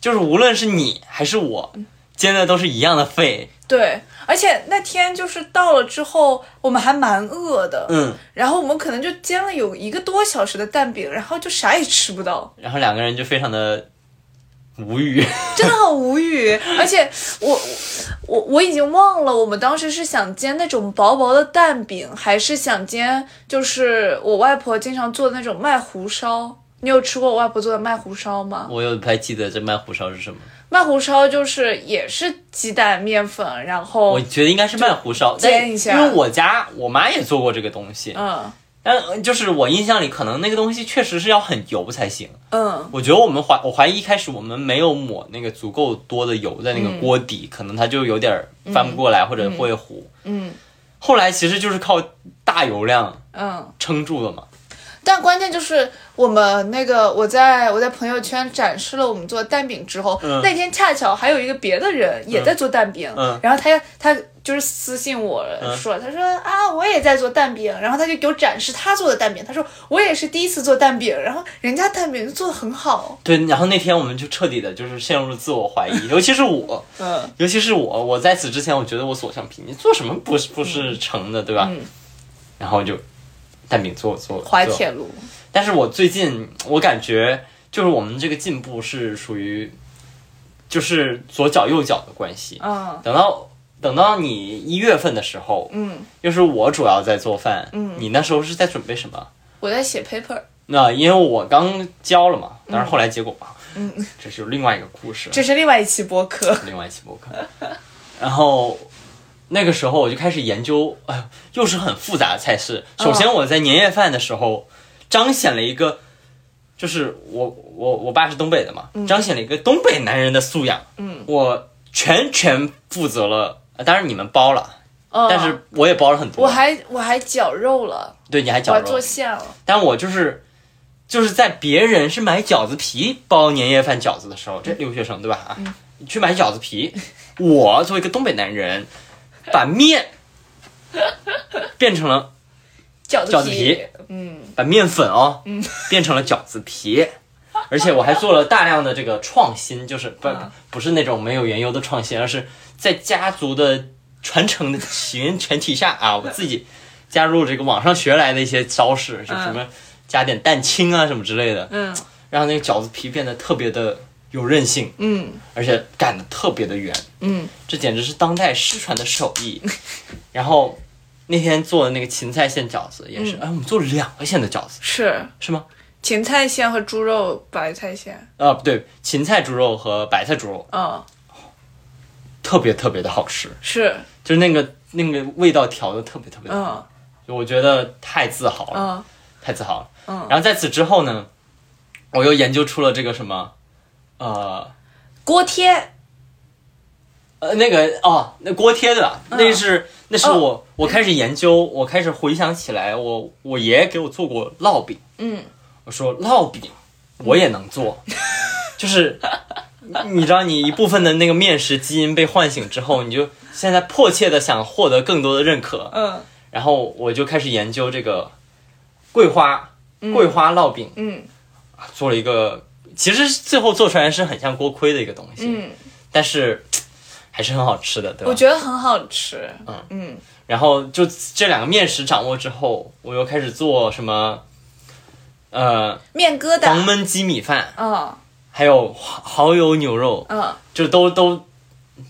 Speaker 2: 就是无论是你还是我。
Speaker 4: 嗯
Speaker 2: 煎的都是一样的废，
Speaker 1: 对，而且那天就是到了之后，我们还蛮饿的，
Speaker 2: 嗯，
Speaker 1: 然后我们可能就煎了有一个多小时的蛋饼，然后就啥也吃不到，
Speaker 2: 然后两个人就非常的无语。
Speaker 1: 真的很无语。而且我我我已经忘了我们当时是想煎那种薄薄的蛋饼，还是想煎就是我外婆经常做的那种麦糊烧。你有吃过我外婆做的麦糊烧吗？
Speaker 2: 我又不太记得这麦糊烧是什么，
Speaker 1: 麦糊烧就是也是鸡蛋、面粉，然后
Speaker 2: 我觉得应该是麦糊烧，但
Speaker 1: 煎一下
Speaker 2: 因为我家我妈也做过这个东西，
Speaker 1: 嗯
Speaker 2: 但呃就是我印象里可能那个东西确实是要很油才行。
Speaker 1: 嗯
Speaker 2: 我觉得我们怀我怀疑一开始我们没有抹那个足够多的油在那
Speaker 1: 嗯
Speaker 2: 个锅底，可能它就有点翻不过来、或者会糊。
Speaker 1: 嗯
Speaker 2: 后来其实就是靠大油量
Speaker 1: 嗯，
Speaker 2: 撑住了嘛。
Speaker 1: 但关键就是我们那个，我在我在朋友圈展示了我们做蛋饼之后，
Speaker 2: 嗯
Speaker 1: 那天恰巧还有一个别的人也在做蛋饼，
Speaker 2: 嗯
Speaker 1: 然后他他就是私信我说，他说啊我也在做蛋饼，然后他就给我展示他做的蛋饼，他说我也是第一次做蛋饼，然后人家蛋饼做的很好，
Speaker 2: 对，然后那天我们就彻底的就是陷入了自我怀疑，尤其是我，
Speaker 1: 嗯
Speaker 2: 尤其是我，我在此之前我觉得我所向披靡，做什么不是不是成的，对吧？
Speaker 1: 嗯
Speaker 2: 然后就蛋饼做做
Speaker 1: 滑
Speaker 2: 做
Speaker 1: 铁卢，
Speaker 2: 但是我最近我感觉就是我们这个进步是属于就是左脚右脚的关系。
Speaker 1: 嗯
Speaker 2: 等到等到你一月份的时候，
Speaker 1: 嗯，
Speaker 2: 又是我主要在做饭，嗯，你那时候是在准备什么？
Speaker 1: 我在写 paper，
Speaker 2: 那因为我刚交了嘛，但是后来结果啊，嗯，这是另外一个故事，
Speaker 4: 这是另外一期播客。
Speaker 2: 另外一期博客。然后那个时候我就开始研究，哎呦，又是很复杂的菜式。
Speaker 1: 嗯
Speaker 2: 首先我在年夜饭的时候彰显了一个，就是我我我爸是东北的嘛，
Speaker 1: 嗯
Speaker 2: 彰显了一个东北男人的素养。嗯，我全权负责了，呃当然你们包了，
Speaker 1: 嗯，
Speaker 2: 但是我也包了很多。
Speaker 1: 我还我还绞肉了，
Speaker 2: 对你还
Speaker 1: 我
Speaker 2: 绞
Speaker 1: 还做
Speaker 2: 肉，
Speaker 1: 馅了，
Speaker 2: 但我就是。就是在别人是买饺子皮包年夜饭饺子的时候，这留学生对吧？啊，你去买饺子皮，我作为一个东北男人，把面变成了
Speaker 1: 饺子
Speaker 2: 饺子皮，把面粉哦，
Speaker 4: 嗯
Speaker 2: 变成了饺子皮，而且我还做了大量的这个创新，就是不、
Speaker 4: 嗯
Speaker 2: 不是那种没有缘由的创新，而是在家族的传承的起源前提下啊，我自己加入这个网上学来的一些招式，就什么加点蛋清啊什么之类的，
Speaker 4: 嗯
Speaker 2: 让那个饺子皮变得特别的有韧性，
Speaker 4: 嗯，
Speaker 2: 而且擀的特别的圆，
Speaker 4: 嗯，
Speaker 2: 这简直是当代失传的手艺。然后
Speaker 4: 嗯
Speaker 2: 那天做的那个芹菜馅饺子也是，哎，我们做了两个馅的饺子
Speaker 1: 是
Speaker 2: 是吗？
Speaker 1: 芹菜馅和猪肉白菜馅，
Speaker 2: 啊，不对，芹菜猪肉和白菜猪肉
Speaker 1: 嗯，
Speaker 2: 特别特别的好吃，
Speaker 1: 是，
Speaker 2: 就是那个那个味道调的特别特别的好，
Speaker 1: 嗯
Speaker 2: 就我觉得太自豪了，
Speaker 1: 嗯
Speaker 2: 太自豪了。
Speaker 1: 嗯
Speaker 2: 然后在此之后呢，我又研究出了这个什么，呃
Speaker 5: 锅贴，
Speaker 2: 呃，那个哦，那锅贴对吧？
Speaker 1: 嗯
Speaker 2: 那是那
Speaker 1: 哦
Speaker 2: 是我、我开始研究，我开始回想起来，我我爷爷给我做过烙饼，
Speaker 1: 嗯，
Speaker 2: 我说烙饼我也能做， 就是你你知道，你一部分的那个面食基因被唤醒之后，你就现在迫切的想获得更多的认可，
Speaker 1: 嗯
Speaker 2: 然后我就开始研究这个桂花桂花烙饼，
Speaker 1: 嗯
Speaker 2: 做了一个，其实最后做出来是很像锅盔的一个东西，
Speaker 1: 嗯，
Speaker 2: 但是还是很好吃的，对吧？
Speaker 1: 我觉得很好吃，
Speaker 2: 嗯
Speaker 1: 嗯
Speaker 2: 然后就这两个面食掌握之后，我又开始做什么，呃，
Speaker 1: 面疙瘩，
Speaker 2: 黄焖鸡米饭，
Speaker 1: 嗯
Speaker 2: 还有蚝油牛肉，
Speaker 1: 嗯，
Speaker 2: 就都都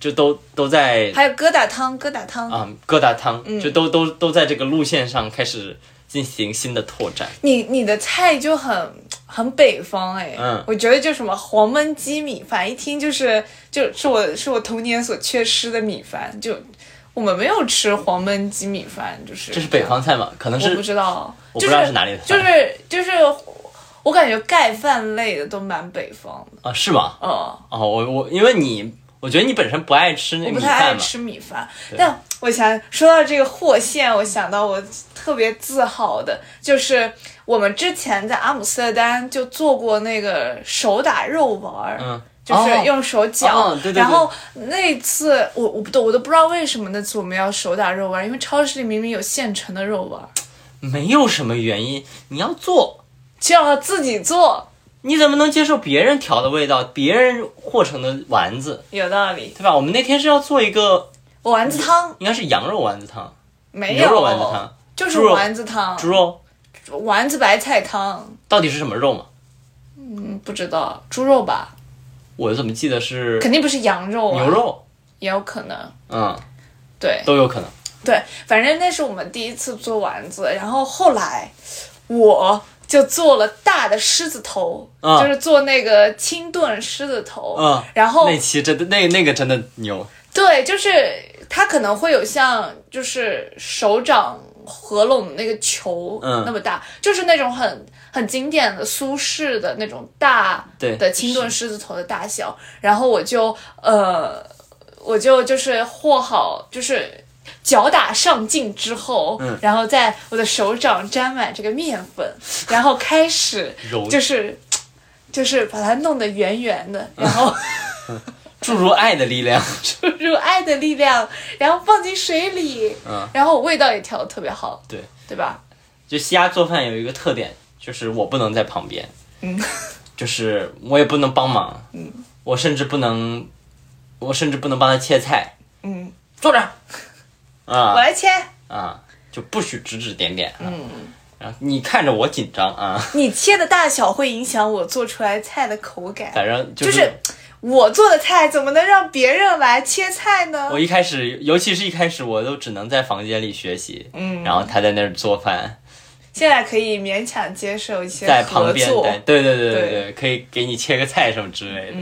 Speaker 2: 就都都在
Speaker 1: 还有嗯疙瘩汤，疙瘩汤，
Speaker 2: 啊、疙瘩汤，就都都都在这个路线上开始进行新的拓展。
Speaker 1: 你你的菜就很很北方哎，
Speaker 2: 嗯
Speaker 1: 我觉得就什么黄焖鸡米饭，一听就是就是我是我童年所缺失的米饭，就我们没有吃黄焖鸡米饭，就是
Speaker 2: 这是北，方菜吗？可能
Speaker 1: 我不
Speaker 2: 是
Speaker 1: 知道，
Speaker 2: 我
Speaker 1: 就
Speaker 2: 不知道是哪里的菜
Speaker 1: 就是就是我感觉盖饭类的都蛮北方的，
Speaker 2: 啊，是吗？
Speaker 1: 嗯。
Speaker 2: 哦，我我因为你，我觉得你本身不爱吃那
Speaker 1: 我
Speaker 2: 米
Speaker 1: 不太爱
Speaker 2: 饭嘛，
Speaker 1: 吃米饭，但我想说到这个和馅，我想到我特别自豪的，就是我们之前在阿姆斯特丹就做过那个手打肉丸儿，
Speaker 2: 嗯，
Speaker 1: 就是
Speaker 2: 哦
Speaker 1: 用手搅。
Speaker 2: 哦对对对
Speaker 1: 然后那次我我不懂，我都不知道为什么那次我们要手打肉丸儿，因为超市里明明有现成的肉丸儿，
Speaker 2: 没有什么原因，你要做，
Speaker 1: 就要自己做，
Speaker 2: 你怎么能接受别人调的味道，别人和成的丸子，
Speaker 1: 有道理。
Speaker 2: 对吧？我们那天是要做一个，
Speaker 1: 丸子汤
Speaker 2: 应该是羊肉丸子汤、
Speaker 1: 没有，
Speaker 2: 牛肉丸子汤、
Speaker 1: 就是
Speaker 2: 猪肉
Speaker 1: 丸子汤，
Speaker 2: 猪肉，
Speaker 1: 丸子白菜汤，
Speaker 2: 到底是什么肉嘛？
Speaker 1: 嗯，不知道猪肉吧。
Speaker 2: 我怎么记得是
Speaker 1: 肯定不是羊肉、啊，
Speaker 2: 牛肉？
Speaker 1: 也有可能。
Speaker 2: 嗯，
Speaker 1: 对
Speaker 2: 都有可能。
Speaker 1: 对，反正那是我们第一次做丸子，然后后来我就做了大的狮子头，
Speaker 2: 啊
Speaker 1: 就是做那个清炖狮子头。
Speaker 2: 嗯，
Speaker 1: 然后
Speaker 2: 那期真的那那个真的牛，
Speaker 1: 对，就是它可能会有像就是手掌合拢那个球
Speaker 2: 嗯
Speaker 1: 那么大，就是那种很很经典的苏式的那种大
Speaker 2: 对
Speaker 1: 的清炖狮子头的大小。然后我就呃，我就就是和好，就是。搅打上劲之后，
Speaker 2: 嗯
Speaker 1: 然后在我的手掌沾满这个面粉，然后开始
Speaker 2: 揉
Speaker 1: 就是就是把它弄得圆圆的，然后
Speaker 2: 注入爱的力量。
Speaker 1: 注入爱的力量，然后放进水里，
Speaker 2: 嗯
Speaker 1: 然后味道也调的特别好，
Speaker 2: 对，
Speaker 1: 对吧？
Speaker 2: 就西亚做饭有一个特点，就是我不能在旁边，嗯， 就是我也不能帮忙，嗯，我甚至不能，我甚至不能帮他切菜，
Speaker 1: 嗯，
Speaker 2: 坐 着，
Speaker 1: 我
Speaker 2: 啊
Speaker 1: 来切，
Speaker 2: 啊，就不许指指点点，嗯，然后你看着我紧张啊，
Speaker 1: 你切的大小会影响我做出来菜的口感。
Speaker 2: 反正就
Speaker 1: 就是是我做的菜怎么能让别人来切菜呢
Speaker 2: 我？一开始，尤其是一开始，我都只能在房间里学习，嗯，然后他在那儿做饭，
Speaker 1: 现在可以勉强接受一些
Speaker 2: 在
Speaker 1: 合
Speaker 2: 旁边
Speaker 1: 作，
Speaker 2: 待，对对对对
Speaker 1: 对嗯
Speaker 2: 对，可以给你切个菜什么之类的。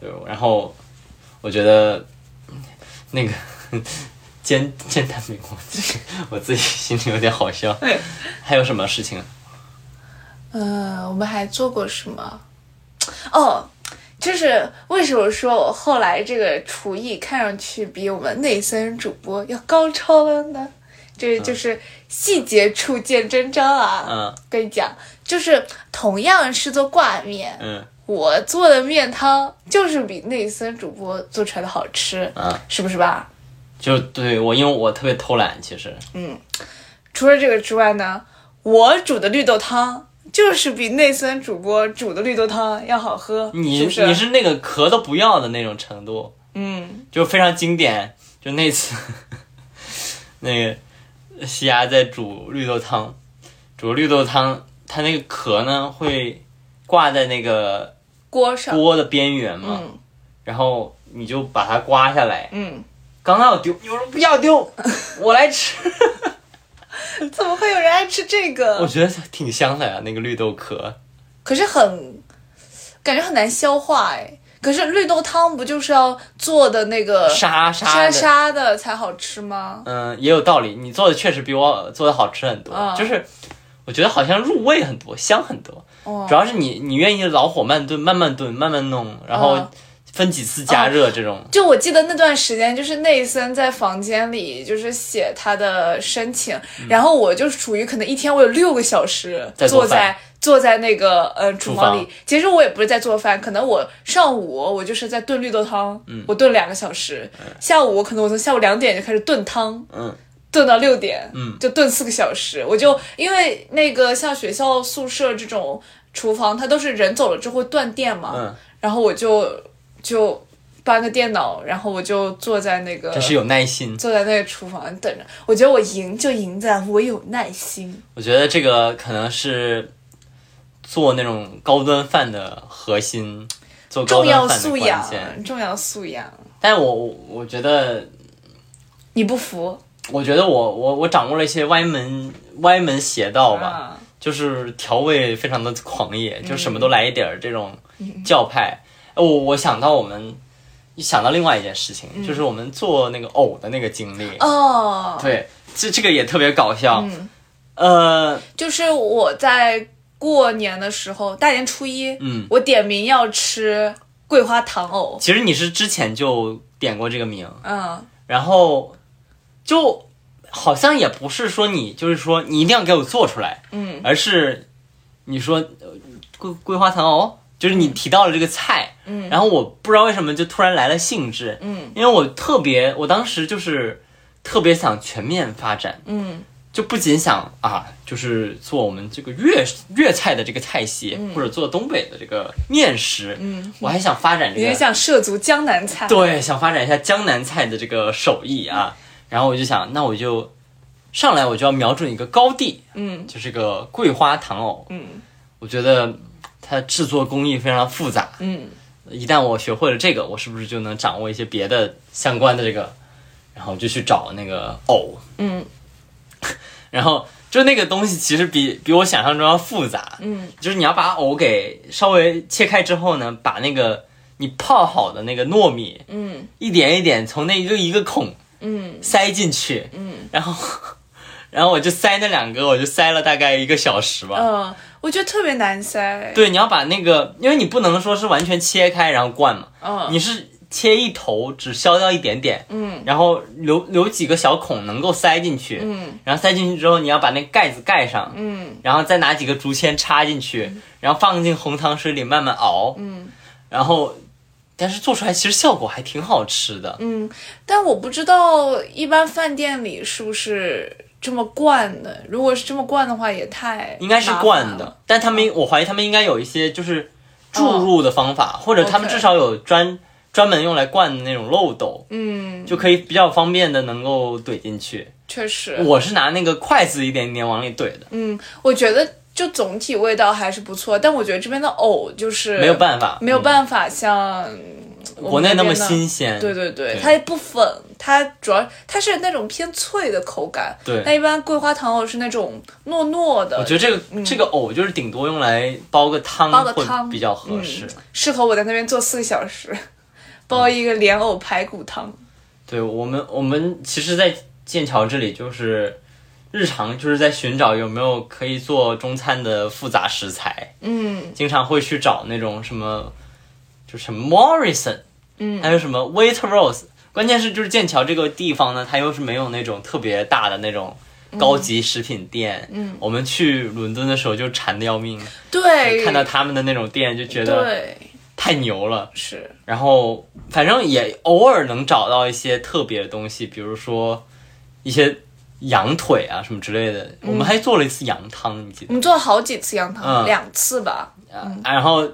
Speaker 2: 对，然后我觉得嗯那个 煎煎蛋饼，我自己我自己心里有点好笑。
Speaker 1: 哎
Speaker 2: 还有什么事情？
Speaker 1: 嗯，我们还做过什么？哦，就是为什么说我后来这个厨艺看上去比我们内森主播要高超了呢？这就是细节处见真章啊！
Speaker 2: 嗯
Speaker 1: 跟你讲，就是同样是做挂面，
Speaker 2: 嗯
Speaker 1: 我做的面汤就是比内森主播做出来的好吃，
Speaker 2: 啊，
Speaker 1: 是不是吧？
Speaker 2: 就对我，因为我特别偷懒，其实
Speaker 1: 除了这个之外呢，我煮的绿豆汤就是比内森主播煮的绿豆汤要好喝，
Speaker 2: 你
Speaker 1: 是不是？
Speaker 2: 你是那个壳都不要的那种程度，
Speaker 1: 嗯，
Speaker 2: 就非常经典。就那次，那个西亚在煮绿豆汤，煮绿豆汤，它那个壳呢会挂在那个
Speaker 1: 锅上，
Speaker 2: 锅的边缘嘛，
Speaker 1: 嗯
Speaker 2: 然后你就把它刮下来。
Speaker 1: 嗯，
Speaker 2: 刚要丢，有人不要 丢，我来吃。
Speaker 1: 怎么会有人爱吃这
Speaker 2: 我
Speaker 1: 个？
Speaker 2: 觉得挺香的呀、那个绿豆壳，
Speaker 1: 可是很感觉很难消化哎。可是绿豆汤不就是要做的那个
Speaker 2: 沙
Speaker 1: 沙
Speaker 2: 的。
Speaker 1: 沙的才好吃吗？
Speaker 2: 嗯，也有道理。你做的确实比我呃做的好吃很多，
Speaker 1: 嗯
Speaker 2: 就是我觉得好像入味很多，香很多。
Speaker 1: 哦
Speaker 2: 主要是你你愿意老火慢炖，慢慢炖，慢慢弄，然后
Speaker 1: 嗯
Speaker 2: 分几次加热这种。
Speaker 1: 就我记得那段时间，就是内森在房间里就是写他的申请，然后我就属于可能一天我有六个小时
Speaker 2: 嗯在
Speaker 1: 坐
Speaker 2: 做
Speaker 1: 在坐在那个呃厨房里
Speaker 2: 厨。
Speaker 1: 其实我也不是在做饭，可能我上午我就是在炖绿豆汤，
Speaker 2: 嗯
Speaker 1: 我炖两个小时，下午我可能我从下午两点就开始炖汤，
Speaker 2: 嗯，
Speaker 1: 炖到六点，
Speaker 2: 嗯
Speaker 1: 就炖四个小时。我就因为那个像学校宿舍这种厨房，它都是人走了之后会断电嘛，
Speaker 2: 嗯，
Speaker 1: 然后我就就搬个电脑，然后我就坐在那个
Speaker 2: 真是有耐心。
Speaker 1: 坐在那个厨房等着。我觉得我赢就赢在我有耐心。
Speaker 2: 我觉得这个可能是做那种高端饭的核心，做高
Speaker 1: 重要
Speaker 2: 端饭的
Speaker 1: 素
Speaker 2: 关键。
Speaker 1: 养，重要素养。
Speaker 2: 但我我我觉得，
Speaker 1: 你不服
Speaker 2: 我觉得我我我掌握了一些歪门歪门邪道吧。
Speaker 1: 啊？
Speaker 2: 就是调味非常的狂
Speaker 1: 嗯
Speaker 2: 野，就什么都来一点儿这种教派。呃我我想到我们，想到另外一件事情，就是我们做那个藕的那个经历。
Speaker 1: 嗯哦，
Speaker 2: 对，这这个也特别搞笑。
Speaker 1: 嗯
Speaker 2: 呃，
Speaker 1: 就是我在过年的时候，大年初一，
Speaker 2: 嗯，
Speaker 1: 我点名要吃桂花糖藕。
Speaker 2: 其实你是之前就点过这个名，
Speaker 1: 嗯，
Speaker 2: 然后就好像也不是说你就是说你一定要给我做出来，
Speaker 1: 嗯，
Speaker 2: 而是你说呃桂桂花糖藕，就是你提到了这个菜，
Speaker 1: 嗯
Speaker 2: 然后我不知道为什么就突然来了兴致，
Speaker 1: 嗯，
Speaker 2: 因为我特别，我当时就是特别想全面发展，
Speaker 1: 嗯，
Speaker 2: 就不仅想啊，就是做我们这个粤粤菜的这个菜系，
Speaker 1: 嗯
Speaker 2: 或者做东北的这个面食，嗯，我还想发展这
Speaker 1: 你
Speaker 2: 个
Speaker 1: 就想涉足江南菜。
Speaker 2: 对，想发展一下江南菜的这个手艺啊。然后我就想，那我就上来我就要瞄准一个高地，
Speaker 1: 嗯
Speaker 2: 就是个桂花糖藕。
Speaker 1: 嗯
Speaker 2: 我觉得它制作工艺非常复杂，
Speaker 1: 嗯，
Speaker 2: 一旦我学会了这个，我是不是就能掌握一些别的相关的这个？然后就去找那个藕，
Speaker 1: 嗯，
Speaker 2: 然后就那个东西其实比比我想象中要复杂，
Speaker 1: 嗯，
Speaker 2: 就是你要把藕给稍微切开之后呢，把那个你泡好的那个糯米，
Speaker 1: 嗯，
Speaker 2: 一点一点从那一个一个孔，
Speaker 1: 嗯，
Speaker 2: 塞进去，嗯，然后然后我就塞那两个，我就塞了大概一个小时吧，
Speaker 1: 嗯，我觉得特别难塞。
Speaker 2: 对，你要把那个，因为你不能说是完全切开然后灌嘛，
Speaker 1: 嗯
Speaker 2: 你是切一头，只削掉一点点，
Speaker 1: 嗯，
Speaker 2: 然后留留几个小孔能够塞进去，
Speaker 1: 嗯，
Speaker 2: 然后塞进去之后，你要把那盖子盖上，
Speaker 1: 嗯，
Speaker 2: 然后再拿几个竹签插进去，然后放进红糖水里慢慢熬，
Speaker 1: 嗯，
Speaker 2: 然后但是做出来其实效果还挺好吃的，
Speaker 1: 嗯，但我不知道一般饭店里是不是这么灌的。如果是这么灌的话，也太
Speaker 2: 应该是
Speaker 1: 麻烦
Speaker 2: 灌
Speaker 1: 了。
Speaker 2: 的，但他们我怀疑他们应该有一些就是注入的方法，或者他
Speaker 1: 嗯
Speaker 2: 们
Speaker 1: OK
Speaker 2: 至少有专专门用来灌的那种漏斗，
Speaker 1: 嗯，
Speaker 2: 就可以比较方便的能够怼进去。
Speaker 1: 确实，
Speaker 2: 我是拿那个筷子一点一点往里怼的，
Speaker 1: 嗯，我觉得就总体味道还是不错，但我觉得这边的藕就是
Speaker 2: 没有办法，
Speaker 1: 没有办法像
Speaker 2: 嗯国内那么新
Speaker 1: 鲜。
Speaker 2: 鲜。
Speaker 1: 对对对，
Speaker 2: 对
Speaker 1: 它不粉，它主要它是那种偏脆的口感。
Speaker 2: 对
Speaker 1: 那一般桂花糖藕是那种糯糯的，
Speaker 2: 我觉得这个、这个藕就是顶多用来煲个汤
Speaker 1: 嗯煲个
Speaker 2: 会
Speaker 1: 汤嗯
Speaker 2: 比较合适。
Speaker 1: 适合我在那边坐四个小时，
Speaker 2: 嗯
Speaker 1: 煲一个莲藕排骨汤。
Speaker 2: 对我们，我们其实，在剑桥这里就是日常就是在寻找有没有可以做中餐的复杂食材，
Speaker 1: 嗯
Speaker 2: 经常会去找那种什么，就什么 Morrison，
Speaker 1: 嗯，
Speaker 2: 还有什么 Waitrose，关键是就是剑桥这个地方呢，它又是没有那种特别大的那种。高级食品店，嗯，我们去伦敦的时候就馋的要命，
Speaker 1: 对，
Speaker 2: 看到他们的那种店就觉得
Speaker 1: 哎对
Speaker 2: 太牛了。
Speaker 1: 是
Speaker 2: 然后反正也偶尔能找到一些特别的东西，比如说一些羊腿啊什么之类的。我们还做了一次羊汤，你记
Speaker 1: 我
Speaker 2: 得？
Speaker 1: 们做了好几次羊汤，
Speaker 2: 嗯
Speaker 1: 两次吧。
Speaker 2: 啊，然后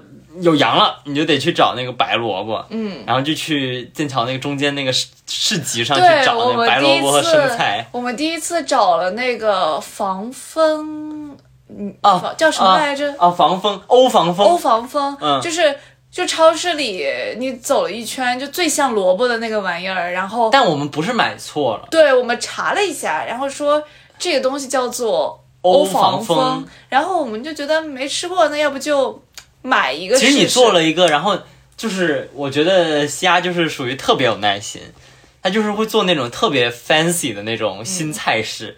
Speaker 2: 有羊了，你就得去找那个白萝卜，
Speaker 1: 嗯，
Speaker 2: 然后就去剑桥那个中间那个市市集上去
Speaker 1: 对，
Speaker 2: 找
Speaker 1: 我
Speaker 2: 那个
Speaker 1: 们
Speaker 2: 白
Speaker 1: 第
Speaker 2: 萝
Speaker 1: 一
Speaker 2: 卜和
Speaker 1: 次
Speaker 2: 生菜。
Speaker 1: 我们第一次找了那个防风，嗯，
Speaker 2: 啊
Speaker 1: 叫什么来着？
Speaker 2: 啊，防风欧防
Speaker 1: 欧
Speaker 2: 风，
Speaker 1: 防风，
Speaker 2: 嗯
Speaker 1: 就是。就超市里，你走了一圈，就最像萝卜的那个玩意儿，然后
Speaker 2: 但我们不是买错了，
Speaker 1: 对我们查了一下，然后说这个东西叫做
Speaker 2: 欧
Speaker 1: 防
Speaker 2: 防风
Speaker 1: 然后我们就觉得没吃过，那要不就买一个试
Speaker 2: 其
Speaker 1: 试。
Speaker 2: 实你做了一个，然后就是我觉得虾就是属于特别有耐心，他就是会做那种特别 fancy 的那种新菜
Speaker 1: 嗯
Speaker 2: 式。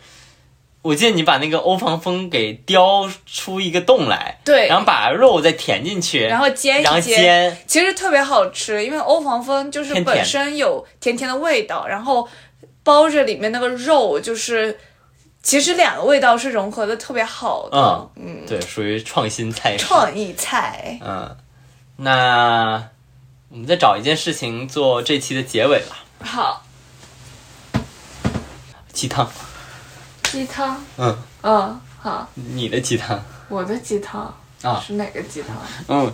Speaker 2: 我记得你把那个欧防风给雕出一个洞来，
Speaker 1: 对
Speaker 2: 然后把肉再填进去，
Speaker 1: 然后煎一
Speaker 2: 然后
Speaker 1: 煎
Speaker 2: 煎，
Speaker 1: 其实特别好吃，因为欧防风就是
Speaker 2: 偏甜
Speaker 1: 本身有甜甜的味道，然后包着里面那个肉，就是其实两个味道是融合的特别好的。
Speaker 2: 嗯嗯，对，属于创新菜式。
Speaker 1: 创意菜，
Speaker 2: 嗯，那我们再找一件事情做这期的结尾吧，
Speaker 1: 好
Speaker 2: 鸡汤。
Speaker 1: 鸡汤，
Speaker 2: 嗯，
Speaker 1: 嗯，好，
Speaker 2: 你的鸡汤。
Speaker 1: 我的鸡汤
Speaker 2: 啊
Speaker 1: 是哪个鸡汤？
Speaker 2: 嗯，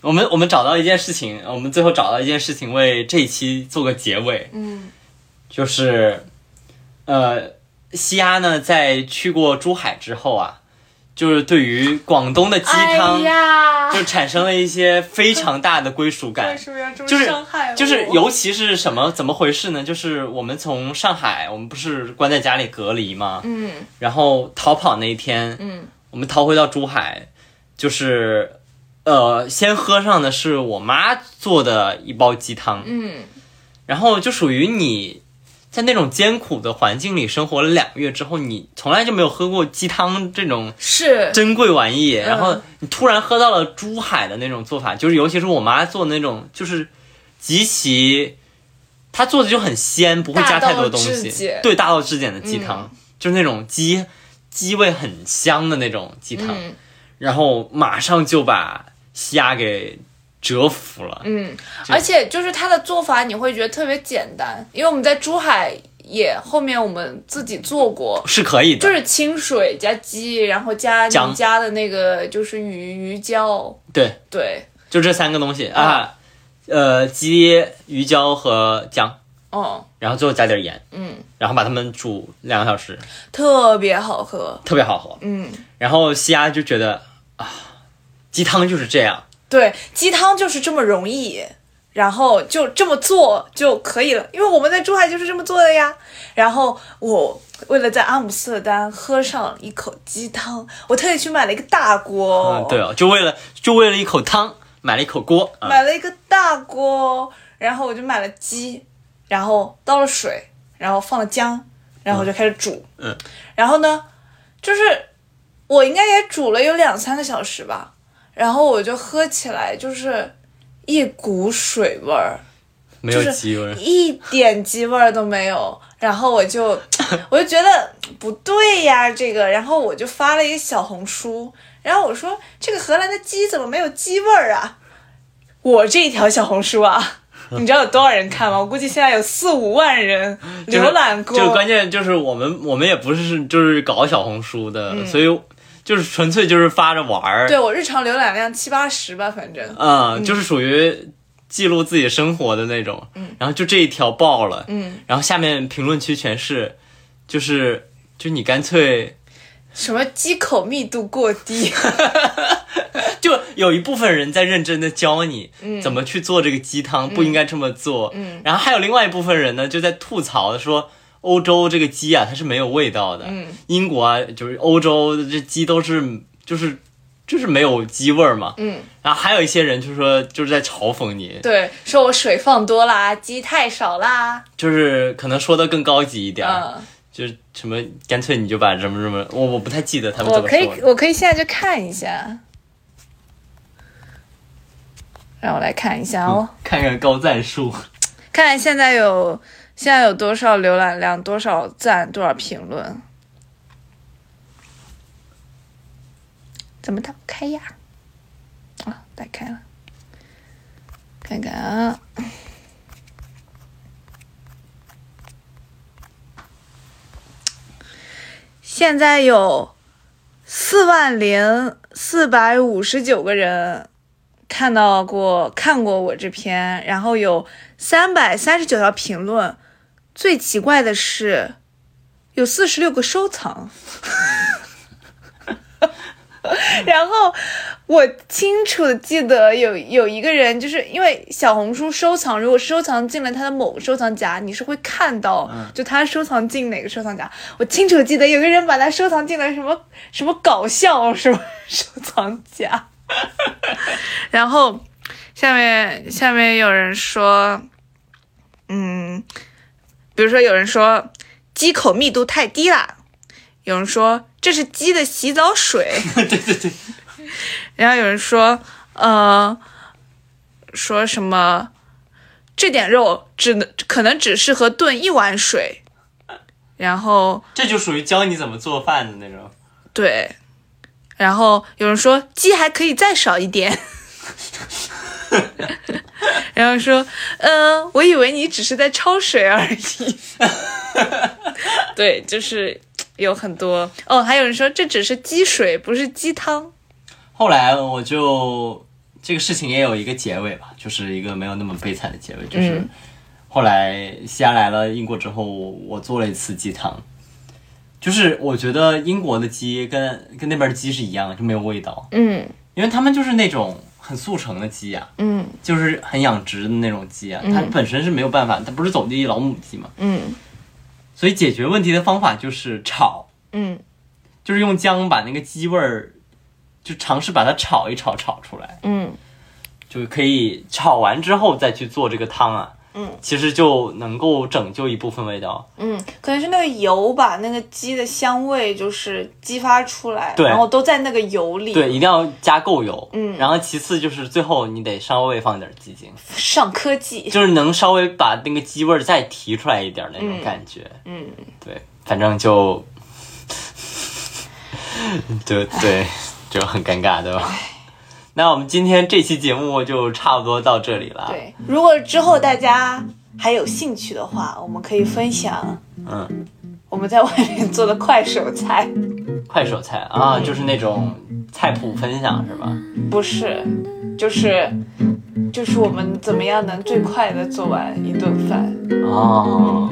Speaker 2: 我们我们找到一件事情，我们最后找到一件事情为这一期做个结尾，
Speaker 1: 嗯
Speaker 2: 就是，呃，西安呢在去过珠海之后啊，就是对于广东的鸡汤、
Speaker 1: 哎呀，
Speaker 2: 就产生了一些非常大的归属感。
Speaker 1: 是不是要这
Speaker 2: 就
Speaker 1: 么
Speaker 2: 是
Speaker 1: 伤害我？
Speaker 2: 就是，尤其是什么怎么回事呢？就是我们从上海，我们不是关在家里隔离吗？
Speaker 1: 嗯
Speaker 2: 然后逃跑那一天，
Speaker 1: 嗯，
Speaker 2: 我们逃回到珠海，就是，呃，先喝上的是我妈做的一包鸡汤，
Speaker 1: 嗯
Speaker 2: 然后就属于你在那种艰苦的环境里生活了两个月之后，你从来就没有喝过鸡汤这种
Speaker 1: 是
Speaker 2: 珍贵玩意，
Speaker 1: 嗯
Speaker 2: 然后你突然喝到了珠海的那种做法，就是尤其是我妈做的那种，就是极其，她做的就很鲜，不会加太多东
Speaker 1: 大道至
Speaker 2: 西
Speaker 1: 简，嗯
Speaker 2: 对，大道至简的鸡汤，就是那种鸡鸡味很香的那种鸡汤，
Speaker 1: 嗯
Speaker 2: 然后马上就把虾给折服了，
Speaker 1: 嗯，而且就是它的做法，你会觉得特别简单，因为我们在珠海也后面我们自己做过，
Speaker 2: 是可以的，
Speaker 1: 就是清水加鸡，然后加
Speaker 2: 姜
Speaker 1: 你家的那个就是鱼鱼胶，
Speaker 2: 对，
Speaker 1: 对，
Speaker 2: 就这三个东
Speaker 1: 嗯
Speaker 2: 西啊，呃，鸡、鱼胶和姜，
Speaker 1: 嗯
Speaker 2: 然后最后加点盐，
Speaker 1: 嗯，
Speaker 2: 然后把它们煮两个小时，
Speaker 1: 特别好喝，
Speaker 2: 特别好喝。
Speaker 1: 嗯，
Speaker 2: 然后西亚就觉得啊，鸡汤就是这样，
Speaker 1: 对，鸡汤就是这么容易。然后就这么做就可以了，因为我们在珠海就是这么做的呀。然后我为了在阿姆斯特丹喝上一口鸡汤，我特意去买了一个大锅。
Speaker 2: 嗯，对哦，就为了就为了一口汤买了一口锅啊，
Speaker 1: 买了一个大锅，然后我就买了鸡，然后倒了水，然后放了姜，然后我就开始煮。
Speaker 2: 嗯，
Speaker 1: 然后呢，就是我应该也煮了有两三个小时吧，然后我就喝起来就是一股水味儿，
Speaker 2: 没有
Speaker 1: 就是
Speaker 2: 鸡味儿，
Speaker 1: 一点鸡味儿都没有。然后我就我就觉得不对呀，这个，然后我就发了一个小红书，然后我说这个荷兰的鸡怎么没有鸡味儿啊？我这一条小红书啊，你知道有多少人看吗？我估计现在有四五万人
Speaker 2: 就是
Speaker 1: 浏览过。
Speaker 2: 就关键就是我们我们也不是就是搞小红书的，所以就是纯粹就是发着玩儿，
Speaker 1: 嗯对我日常浏览量七八十吧，反正
Speaker 2: 嗯，就是属于记录自己生活的那种。然后就这一条爆了，
Speaker 1: 嗯，
Speaker 2: 然后下面评论区全是，就是就你干脆
Speaker 1: 什么鸡口密度过低，
Speaker 2: 就有一部分人在认真的教你怎么去做这个鸡汤，不应该这么做。嗯，然后还有另外一部分人呢，就在吐槽说。欧洲这个鸡啊，它是没有味道的。嗯，英国啊，就是欧洲的这鸡都是就是就是没有鸡味儿嘛。嗯，然后还有一些人就说就是在嘲讽你，
Speaker 1: 对，说我水放多啦，鸡太少啦，
Speaker 2: 就是可能说的更高级一点儿，
Speaker 1: 嗯，
Speaker 2: 就是什么干脆你就把什么什么，我我不太记得他们
Speaker 1: 我
Speaker 2: 怎么
Speaker 1: 可以
Speaker 2: 说，的。
Speaker 1: 我可以现在就看一下，让我来看一下哦，
Speaker 2: 看看高赞数，
Speaker 1: 看现在有现在有多少浏览量，多少赞，多少评论。怎么打不开呀？啊，打开了，看看啊。现在有四万零四百五十九个人看到过看过我这篇，然后有三百三十九条评论，最奇怪的是有四十六个收藏。然后我清楚的记得有有一个人，就是因为小红书收藏，如果收藏进了他的某个收藏夹，你是会看到，就他收藏进哪个收藏夹。我清楚地记得有个人把他收藏进了什么什么搞笑什么收藏夹，
Speaker 4: 然后下面下面有人说，嗯，比如说有人说鸡口密度太低啦，有人说这是鸡的洗澡水，
Speaker 2: 对对对，
Speaker 4: 然后有人说，呃，说什么这点肉只能可能只适合炖一碗水，然后
Speaker 2: 这就属于教你怎么做饭的那种。
Speaker 4: 对，然后有人说鸡还可以再少一点，然后说，嗯、我以为你只是在焯水而 已。对，就是有很多哦，还有人说这只是鸡水，不是鸡汤。
Speaker 2: 后来我就这个事情也有一个结尾吧，就是一个没有那么悲惨的结尾，就是
Speaker 4: 嗯
Speaker 2: 后来西安来了英国之后，我做了一次鸡汤，就是我觉得英国的鸡跟跟那边的鸡是一样的，就没有味道，
Speaker 4: 嗯
Speaker 2: 因为他们就是那种很速成的鸡啊，
Speaker 4: 嗯
Speaker 2: 就是很养殖的那种鸡啊，它本身是没有办法，它不是走地老母鸡嘛，
Speaker 4: 嗯
Speaker 2: 所以解决问题的方法就是炒，
Speaker 4: 嗯
Speaker 2: 就是用姜把那个鸡味儿，就尝试把它炒一炒，炒出来。
Speaker 4: 嗯
Speaker 2: 就是可以炒完之后再去做这个汤啊，嗯，其实就能够拯救一部分味道。
Speaker 1: 嗯，可能是那个油把那个鸡的香味就是激发出来，
Speaker 2: 对
Speaker 1: 然后都在那个油里。
Speaker 2: 对，一定要加够油，嗯，然后其次就是最后你得稍微放点鸡精，
Speaker 1: 上科技，
Speaker 2: 就是能稍微把那个鸡味儿再提出来一点儿那种感觉，嗯，对，反正就， 对 对，就很尴尬，对吧？那我们今天这期节目就差不多到这里了，
Speaker 1: 对。如果之后大家还有兴趣的话，我们可以分享
Speaker 2: 嗯，
Speaker 1: 我们在外面做的快手菜，
Speaker 2: 快手菜啊，就是那种菜谱分享是吧？
Speaker 1: 不是，就是就是我们怎么样能最快的做完一顿饭。
Speaker 2: 哦，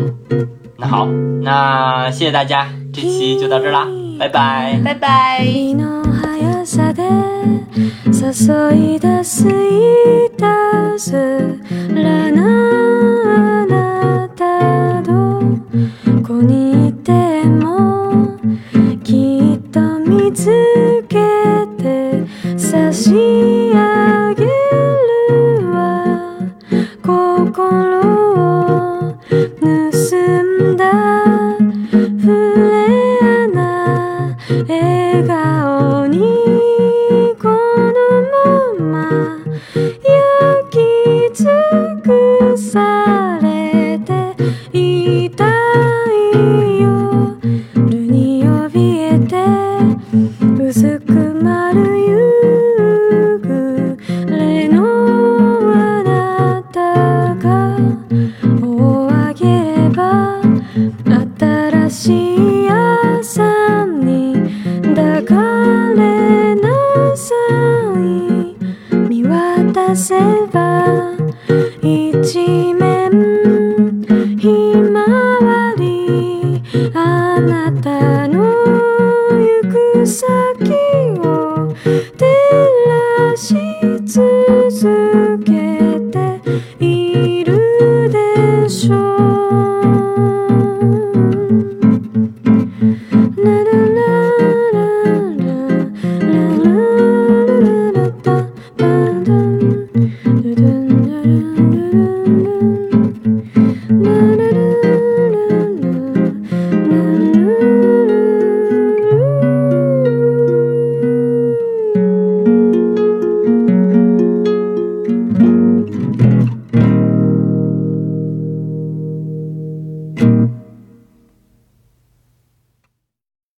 Speaker 2: 那好，那谢谢大家，这期就到这儿啦，拜拜。
Speaker 1: 拜拜。
Speaker 6: 日の速さで注いだすいたずらなあなたどこにいてもきっと見つけて差し上げるわ心を盗んだ触れ穴笑顔にこのまま焼き尽くされていたいよ夜に怯えて薄く丸夕暮れのあなたが頬を上げれば新しい朝に抱かれなさい見渡せば一面